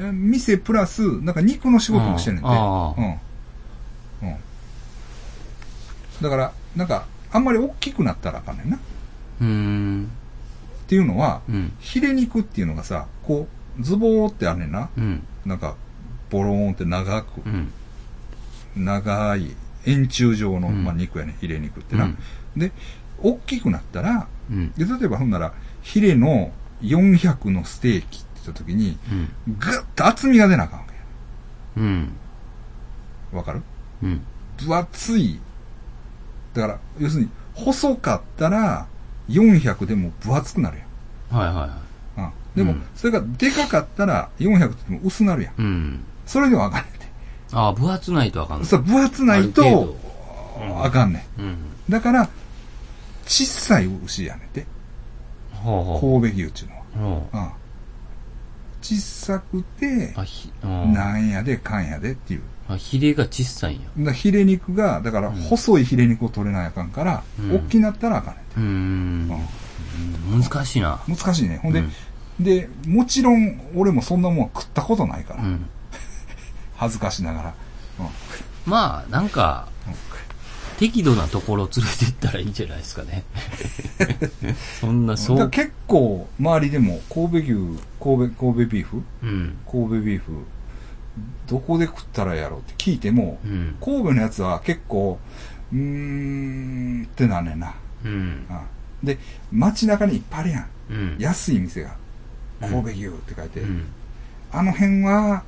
Speaker 1: え店プラス、なんか肉の仕事もしてんねんて。
Speaker 2: ああ
Speaker 1: うん。うん。だから、なんか、あんまり大きくなったらあかんねんな。っ
Speaker 2: うーん
Speaker 1: ていうのは、
Speaker 2: うん
Speaker 1: ヒレ肉っていうのがさ、こう、ズボーってあんねんな。
Speaker 2: うん
Speaker 1: なんか、ボローンって長く
Speaker 2: う、ん
Speaker 1: 長い、円柱状の、
Speaker 2: うん
Speaker 1: まあ、肉やねん、ヒレ肉って
Speaker 2: う
Speaker 1: な。
Speaker 2: ん
Speaker 1: で、大きくなったら、
Speaker 2: うん
Speaker 1: で、例えばほんなら、ヒレの400のステーキって言った時に、
Speaker 2: うん
Speaker 1: ぐっと厚みが出なあかんわけや
Speaker 2: うん
Speaker 1: わかる
Speaker 2: うん
Speaker 1: 分厚い。だから、要するに、細かったら、400でも分厚くなる
Speaker 2: はいはいは
Speaker 1: やん。うん、でも、
Speaker 2: うん
Speaker 1: それがでかかったら、400っても薄なるやん。
Speaker 2: いうん
Speaker 1: それではあかんねんて。
Speaker 2: ああ分厚ないとあかんの
Speaker 1: それ分厚ない
Speaker 2: ある
Speaker 1: と
Speaker 2: 程、度
Speaker 1: あかんね
Speaker 2: うん
Speaker 1: ん。だから、小さい牛やねんて。
Speaker 2: ほうほう
Speaker 1: 神戸牛っていうの
Speaker 2: ほう
Speaker 1: は。うん、小さくて、
Speaker 2: あひあ
Speaker 1: なんやでかんやでっていう。
Speaker 2: あヒレが小さいんや
Speaker 1: だからヒレ肉が、だから
Speaker 2: うん
Speaker 1: 細いヒレ肉を取れないあかんから、
Speaker 2: うん
Speaker 1: 大きなったらあかんねんて
Speaker 2: うーんうん難しいな
Speaker 1: うん難しいね。ほんで、
Speaker 2: うん
Speaker 1: で、もちろん俺もそんなもんは食ったことないか
Speaker 2: う
Speaker 1: ら、
Speaker 2: ん
Speaker 1: 恥ずかしながら。う
Speaker 2: まあなんか
Speaker 1: ん
Speaker 2: 適度なところを連れて行ったらいいんじゃないです かねそんな
Speaker 1: だ
Speaker 2: そ
Speaker 1: から
Speaker 2: う
Speaker 1: 結構周りでも神戸牛、神戸、神戸ビーフ
Speaker 2: うん
Speaker 1: 神戸ビーフ、どこで食ったらええやろうって聞いても、
Speaker 2: うん
Speaker 1: 神戸のやつは結構、うーんってなんねんな。
Speaker 2: うん
Speaker 1: うんで、街中にいっぱいあるやん。
Speaker 2: うん
Speaker 1: 安い店が。
Speaker 2: うん
Speaker 1: 神戸牛って書いて。
Speaker 2: うん
Speaker 1: あの辺は、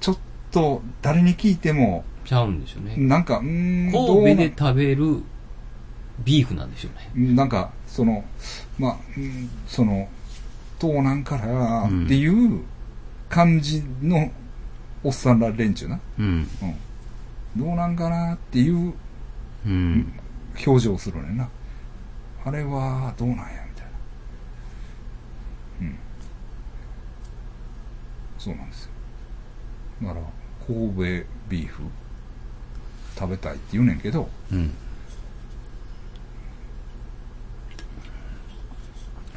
Speaker 1: ちょっと誰に聞いても、
Speaker 2: ちゃうんでしょうね
Speaker 1: なんか、うーん、どう
Speaker 2: 神
Speaker 1: な
Speaker 2: 戸で食べるビーフなんでしょうね
Speaker 1: なんか、その、まあ、うんその、東南から
Speaker 2: うん
Speaker 1: っていう感じのおっさんら連中な。
Speaker 2: うん
Speaker 1: うん。どうなんかなっていう
Speaker 2: うん
Speaker 1: 表情をするねんな。あれはどうなんや、みたいな。うん。そうなんですよ。だから、神戸ビーフ食べたいって言うねんけど、
Speaker 2: うん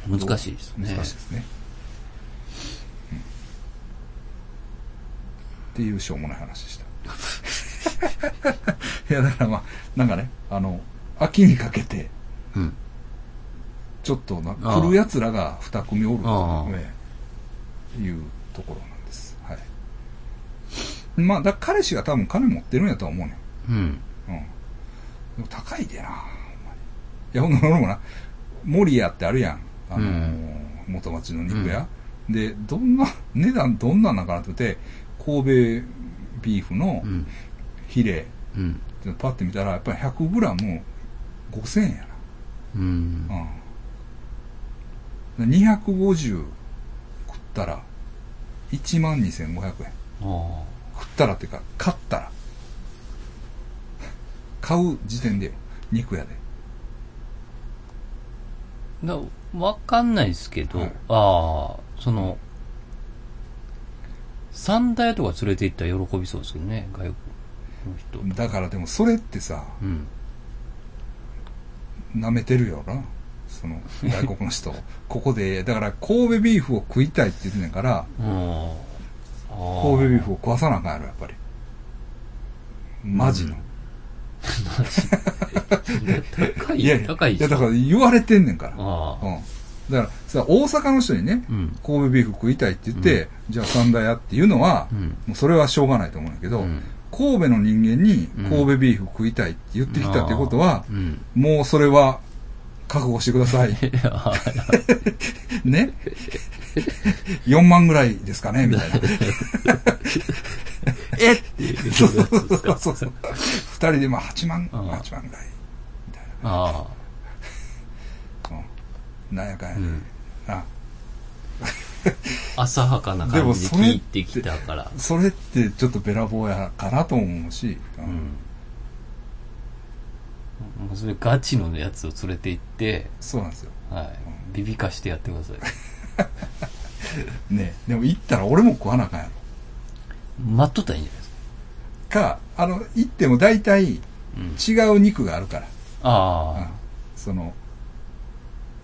Speaker 2: 難しいですね
Speaker 1: 難しいですね。うんっていうしょうもない話で した。いや、だからまあ、なんかね、あの、秋にかけて、
Speaker 2: うん
Speaker 1: ちょっとな、
Speaker 2: ああ
Speaker 1: 来る奴らが二組おる
Speaker 2: ああ
Speaker 1: ええいうところなんです。はい。まあ、だから彼氏が多分金持ってるんやとは思うねん。
Speaker 2: うん
Speaker 1: うん。でも高いでな、ほんまに。いや、ほんなら俺もな、守屋ってあるやん。あのー元町の肉屋、で、どんな、値段どんなんなんかなって思って、神戸ビーフの
Speaker 2: うん
Speaker 1: ヒレ、
Speaker 2: うん
Speaker 1: パッて見たら、やっぱり100グラム5000円や
Speaker 2: うん
Speaker 1: な。うん。で250食ったら、12,500円。
Speaker 2: あ
Speaker 1: 食ったらっていうか、買ったら。買う時点でよ、肉屋で。
Speaker 2: あだわかんないですけど、
Speaker 1: はい
Speaker 2: ああその三大とか連れて行ったら喜びそうですけどね外国の人
Speaker 1: だからでもそれってさ、
Speaker 2: うん
Speaker 1: 舐めてるよな。その、外国の人。 ここで、だから神戸ビーフを食いたいって言ってんねんから、
Speaker 2: うん
Speaker 1: 神
Speaker 2: 神
Speaker 1: 戸ビーフを食わさなあかんやろ、やっぱり。マジの。
Speaker 2: 高
Speaker 1: いや
Speaker 2: い、高い
Speaker 1: い
Speaker 2: で
Speaker 1: や、
Speaker 2: す
Speaker 1: だから言われてんねんから。うん。
Speaker 2: ああ。
Speaker 1: だからさ、大阪の人にね、
Speaker 2: うん。
Speaker 1: 神戸ビーフ食いたいって言って、じゃあ三大屋っていうのは、
Speaker 2: うん
Speaker 1: もうそれはしょうがないと思うんだけど、
Speaker 2: うん
Speaker 1: 神戸の人間に
Speaker 2: うん
Speaker 1: 神戸ビーフ食いたいって言ってきたっていうことは、
Speaker 2: うん。
Speaker 1: もうそれは覚悟してくださ い。
Speaker 2: いや
Speaker 1: ね ?4 万ぐらいですかねみたい な。
Speaker 2: えっていう
Speaker 1: そう
Speaker 2: やつです
Speaker 1: そう
Speaker 2: か。
Speaker 1: そうそう。2人でまあ8万、
Speaker 2: ああ
Speaker 1: 8万ぐらい。
Speaker 2: ああ。
Speaker 1: なんやかんや
Speaker 2: う
Speaker 1: で、
Speaker 2: ん。
Speaker 1: あ
Speaker 2: 浅はかな
Speaker 1: で
Speaker 2: 感
Speaker 1: も
Speaker 2: じ
Speaker 1: そ
Speaker 2: で
Speaker 1: れ
Speaker 2: 聞いてきたから。
Speaker 1: それってちょっとべらぼうやかなと思うし、う
Speaker 2: うんん。もうそれガチのやつを連れて行って、
Speaker 1: そうなんですよ
Speaker 2: はい。ビビかしてやってください。
Speaker 1: ねでも行ったら俺も食わなあかんやろ
Speaker 2: 待っとったらいいんじゃないですか。
Speaker 1: かあの行っても大体違
Speaker 2: うん。
Speaker 1: う肉があるから、うん
Speaker 2: あ
Speaker 1: その
Speaker 2: あ、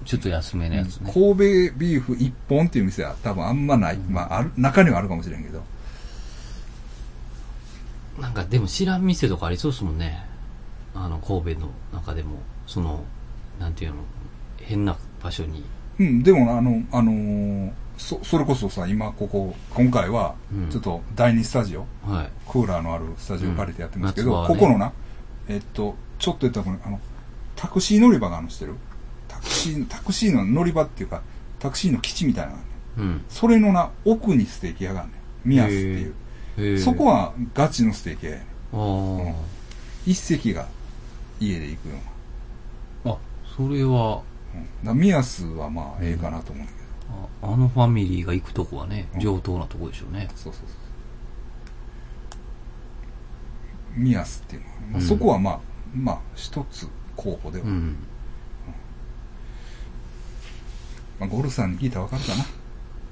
Speaker 2: ちょっと安めのやつね。
Speaker 1: 神戸ビーフ一本っていう店は多分あんまない、まあ、ある中にはあるかもしれんけど
Speaker 2: なんかでも知らん店とかありそうですもんね。あの、神戸の中でも、その、なんていうの、変な場所に。
Speaker 1: うんでもあのあのーそそれこそさ今ここ今回は
Speaker 2: うん
Speaker 1: ちょっと第二スタジオ、
Speaker 2: はい。
Speaker 1: クーラーのあるスタジオ借りてやってますけど、
Speaker 2: うん夏場は
Speaker 1: こ
Speaker 2: ね
Speaker 1: このなえっとちょっと言ったらこのあのタクシー乗り場があるのしてるタクシーのタクシーの乗り場っていうかタクシーの基地みたいなのがあんねん
Speaker 2: うん。
Speaker 1: それのな奥にステーキ屋があるねん宮スっていう
Speaker 2: へえ
Speaker 1: そこ、はガチのステーキ屋やねん
Speaker 2: ああ、
Speaker 1: 一席が家で行くような
Speaker 2: あ、それは、
Speaker 1: うん、だから宮スはまあええかなと思うんだけど、
Speaker 2: ああのファミリーが行くとこはね
Speaker 1: う、ん
Speaker 2: 上等なとこでしょうね。
Speaker 1: そうそうそう宮スっていうのはね、まあ
Speaker 2: うん
Speaker 1: そこはまあまあ一つ候補では、
Speaker 2: うん。
Speaker 1: まあ、ゴルさんに聞いたらわかるかな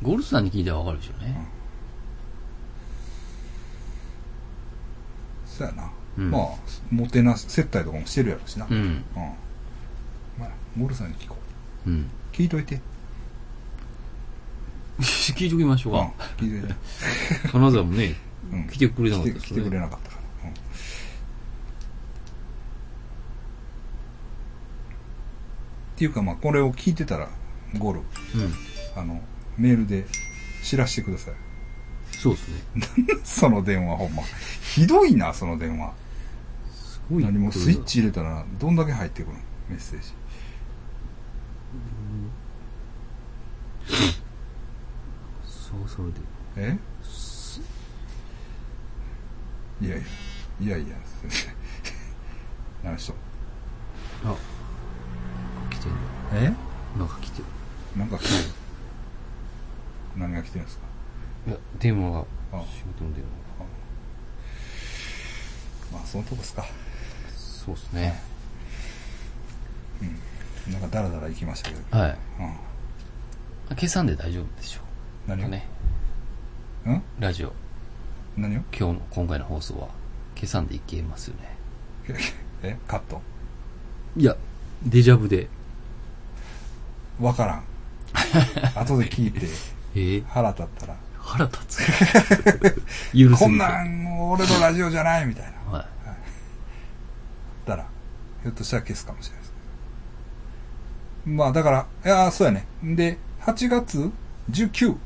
Speaker 2: ゴルフさんに聞いたらわかるでしょうね。
Speaker 1: そうやな、
Speaker 2: うん
Speaker 1: まあもてなす接待とかもしてるやろしな、
Speaker 2: うん。
Speaker 1: まあ、ゴルさんに聞こう
Speaker 2: うん。
Speaker 1: 聞いといて
Speaker 2: 聞いときましょう
Speaker 1: うん
Speaker 2: か。
Speaker 1: 聞い といて、
Speaker 2: 金沢もね、
Speaker 1: うん、
Speaker 2: 来てくれなかった
Speaker 1: 来
Speaker 2: で
Speaker 1: て
Speaker 2: す
Speaker 1: 来
Speaker 2: ね
Speaker 1: てくれなかったから、うんっていうかまあこれを聞いてたらゴル
Speaker 2: うん。
Speaker 1: あのメールで知らせてください
Speaker 2: そうですね。
Speaker 1: その電話ほんまひどいなその電話
Speaker 2: すごい。
Speaker 1: 何もスイッ。チ入れたらどんだけ入ってくるのメッセージ
Speaker 2: そう、それで。
Speaker 1: えいやいやいやいや 何の人
Speaker 2: あ、来てる。
Speaker 1: え
Speaker 2: なんか来てる。
Speaker 1: なんか来てる何が来てるんですか
Speaker 2: いや、電話が、
Speaker 1: あ
Speaker 2: 仕事の電話が。
Speaker 1: まあそのとこですか
Speaker 2: そうですね。
Speaker 1: なんかダラダラ行きましたけど、
Speaker 2: はい。
Speaker 1: うん、
Speaker 2: 計算で大丈夫でしょう。
Speaker 1: 何を、
Speaker 2: ね。
Speaker 1: うん
Speaker 2: ラジオ、
Speaker 1: 何を
Speaker 2: 今日の、今回の放送は、計算でいけますよね。
Speaker 1: えカット
Speaker 2: いや、デジャブで。
Speaker 1: わからん後で聞いて
Speaker 2: ええ
Speaker 1: 腹立ったら
Speaker 2: 腹立つ。 許せ
Speaker 1: こんなん俺のラジオじゃないみたいな
Speaker 2: は
Speaker 1: だからひょっとしたら消すかもしれないですまあだからいやーそうやねで8月19
Speaker 2: い。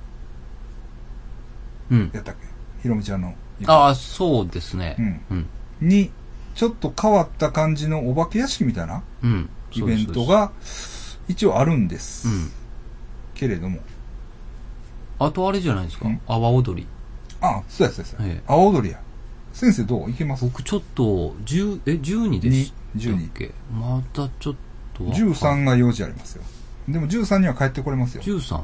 Speaker 2: うん。
Speaker 1: やったっけひろみちゃんの
Speaker 2: ああ、そうですね。
Speaker 1: う
Speaker 2: うん。
Speaker 1: にちょっと変わった感じのお化け屋敷みたいな
Speaker 2: うん。
Speaker 1: イベント
Speaker 2: そうです。
Speaker 1: が一応あるんです、
Speaker 2: そうです
Speaker 1: けれども
Speaker 2: うん。あとあれじゃないですか
Speaker 1: うん。
Speaker 2: 阿波踊り。
Speaker 1: あそうやそうやそうや、
Speaker 2: ええ
Speaker 1: 青踊りや先生どういけます
Speaker 2: 僕ちょっと、10、え、12です。
Speaker 1: 12
Speaker 2: っけまたちょっと。
Speaker 1: 13。が用事ありますよでも13には帰ってこれますよ
Speaker 2: 13。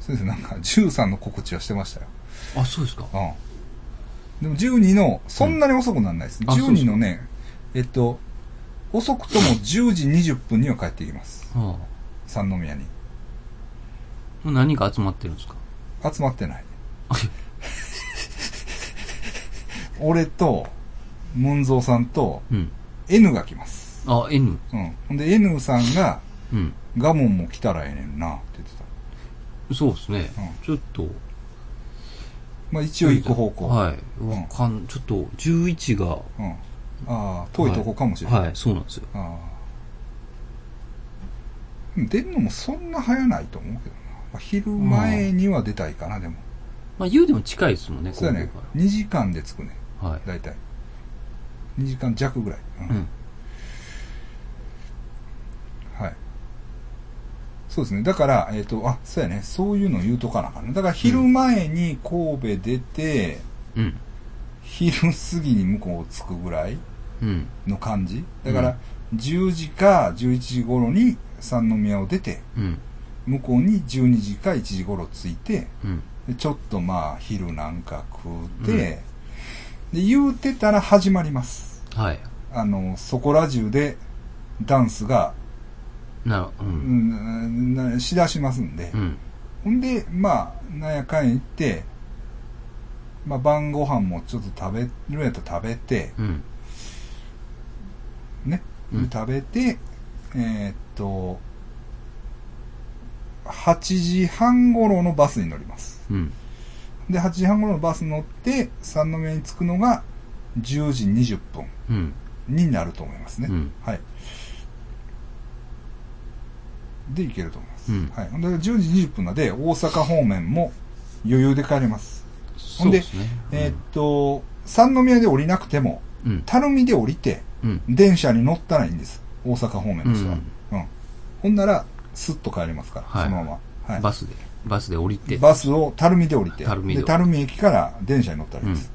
Speaker 1: 先生なんか13の告知はしてましたよ
Speaker 2: あ、そうですか。
Speaker 1: うん。でも12の、そんなに遅くならないです。
Speaker 2: んあ
Speaker 1: 12のね、えっと、遅くとも10時20分には帰ってきます。
Speaker 2: は
Speaker 1: 三宮に。
Speaker 2: あ、何が集まってるんですか
Speaker 1: 集まって ない。俺と、ムンゾーさんと、
Speaker 2: うん。
Speaker 1: N が来ます。
Speaker 2: あ、N。
Speaker 1: うん。ほんで N さんが、
Speaker 2: うん。
Speaker 1: ガモンも来たらええねんな、って言ってた。
Speaker 2: そうですね
Speaker 1: う。
Speaker 2: ちょっと。
Speaker 1: まあ一応行く方向。
Speaker 2: はい。
Speaker 1: ん
Speaker 2: わかん、ちょっと、11が。
Speaker 1: うん。ああ、遠いとこかもしれない。
Speaker 2: はい、そうなんですよ。
Speaker 1: ああ。でも出るのもそんな早ないと思うけどな。まあ、昼前には出たいかな、でも。
Speaker 2: まあ、言うでも近いですもんね、
Speaker 1: そうやね
Speaker 2: 神
Speaker 1: 2
Speaker 2: 戸。
Speaker 1: 時間で着くね。
Speaker 2: からはい。
Speaker 1: だいたい。2時間弱ぐらい。うん
Speaker 2: うん。
Speaker 1: はい。そうですね。だから、えっ、と、あ、そうやね。そういうの言うとかなあかんね。だから昼前に神戸出て、
Speaker 2: うん。
Speaker 1: 昼過ぎに向こう着くぐらい
Speaker 2: うん。
Speaker 1: の感じ。だから
Speaker 2: う、
Speaker 1: 10時か11時頃に三宮を出て、
Speaker 2: うん。
Speaker 1: 向こうに12時か1時頃着いて、
Speaker 2: うん。
Speaker 1: でちょっとまあ昼なんか食うて、で言うてたら始まります。
Speaker 2: はい。
Speaker 1: あの、そこら中でダンスが、
Speaker 2: なるう。
Speaker 1: うんん、なしだしますんで
Speaker 2: う。ん。
Speaker 1: ほんで、まあ、なんやかんや言って、まあ晩ご飯もちょっと食べるんやったら食べて、
Speaker 2: うん。
Speaker 1: ね、
Speaker 2: うん
Speaker 1: 食べて、えーっと、8時半頃のバスに乗ります。
Speaker 2: うん。
Speaker 1: で、8時半頃のバス乗って、三宮に着くのが10時20分
Speaker 2: うん。
Speaker 1: になると思いますね。
Speaker 2: うん
Speaker 1: はい。で、行けると思います。
Speaker 2: うん
Speaker 1: はい。ほんで、10時20分なんで、大阪方面も余裕で帰れます。
Speaker 2: そうですね。
Speaker 1: えーっと、三宮で降りなくても、
Speaker 2: うん。
Speaker 1: 垂水で降りて、
Speaker 2: うん。
Speaker 1: 電車に乗ったらいいんです。大阪方面の人は。うん。ほんなら、スッと帰れますから、
Speaker 2: はい
Speaker 1: そのまま。はい。
Speaker 2: バ
Speaker 1: ス
Speaker 2: スで、バスで降りて。
Speaker 1: バスを垂水で降りて、
Speaker 2: 垂水で
Speaker 1: で垂水駅から電車に乗ったらいいです。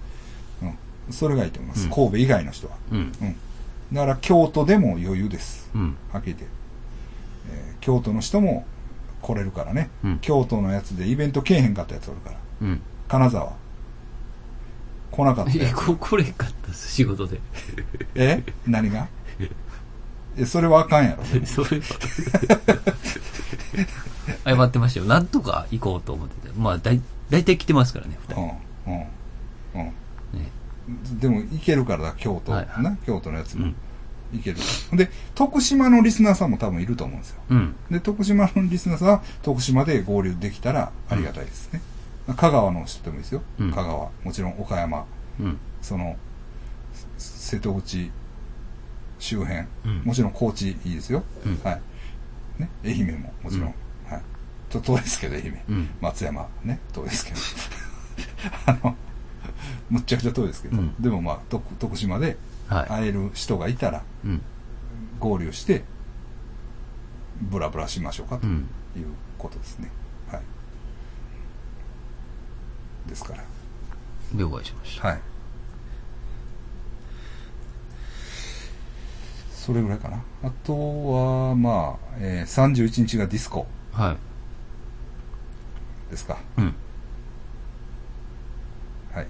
Speaker 1: うん。それがいいと思います。
Speaker 2: うん
Speaker 1: 神戸以外の人は。
Speaker 2: うん。
Speaker 1: うん。だから、京都でも余裕です。
Speaker 2: うん。
Speaker 1: はっきり言って。えー京都の人も来れるからね。
Speaker 2: うん
Speaker 1: 京都のやつでイベントけえへんかったやつおるから。
Speaker 2: うん。
Speaker 1: 金沢。来なかった
Speaker 2: え、
Speaker 1: やつ。
Speaker 2: こ、これ買ったっす、仕事で。
Speaker 1: え何がえ、それはあかん やろ。
Speaker 2: それは。謝ってましたよ。なんとか行こうと思ってて。まあ、だい、大体来てますからね、二人。
Speaker 1: うんうん
Speaker 2: ね。
Speaker 1: うんでも行けるから京都、
Speaker 2: はいはい
Speaker 1: な京都のやつ
Speaker 2: う
Speaker 1: も
Speaker 2: ん。
Speaker 1: 行ける、で徳島のリスナーさんも多分いると思うんですよ
Speaker 2: うん。
Speaker 1: で徳島のリスナーさんは徳島で合流できたらありがたいですね、香川の人でもいいですよ、
Speaker 2: うん
Speaker 1: 香川もちろん岡山
Speaker 2: うん。
Speaker 1: そのせ瀬戸内周辺、
Speaker 2: うん
Speaker 1: もちろん高知いいですよ、
Speaker 2: うん
Speaker 1: はいね、愛媛ももちろん、
Speaker 2: うん
Speaker 1: はい、ちょっと遠いですけど愛媛、
Speaker 2: うん。
Speaker 1: 松山ね遠いですけど あのむっちゃくちゃ遠いですけど、
Speaker 2: うん
Speaker 1: でもまあ徳徳島で
Speaker 2: は
Speaker 1: 会える人がいたら
Speaker 2: い。うん。
Speaker 1: 合流してブラブラしましょうかと
Speaker 2: う。
Speaker 1: いうんことですね、はいですから
Speaker 2: で、お会いしました。
Speaker 1: はいそれぐらいかなあとはまあ、えー、31日がディスコ
Speaker 2: は
Speaker 1: ですか
Speaker 2: い。うん。
Speaker 1: はい。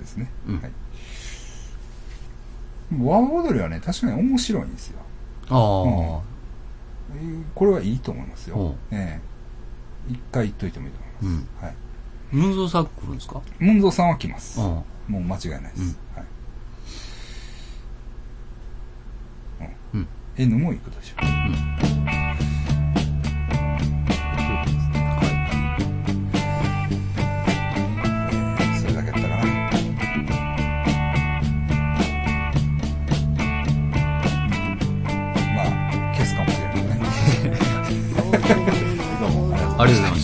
Speaker 1: ですね。
Speaker 2: うん
Speaker 1: はい。ワン踊りはね、確かに面白いんですよ。
Speaker 2: ああ。
Speaker 1: えーこれはいいと思います
Speaker 2: お
Speaker 1: よ
Speaker 2: う。
Speaker 1: ええ一回言っといてもいいと思います。はい。
Speaker 2: ムーンゾーサークルですか
Speaker 1: ムンゾーさんは来ます。
Speaker 2: あ
Speaker 1: もう間違いないです。はい。
Speaker 2: うん
Speaker 1: N も行くでしょう。という
Speaker 2: うん。
Speaker 1: ことですねはい。それだけやったかな。まあ、消すかもしれないね。
Speaker 2: ありがとうございました。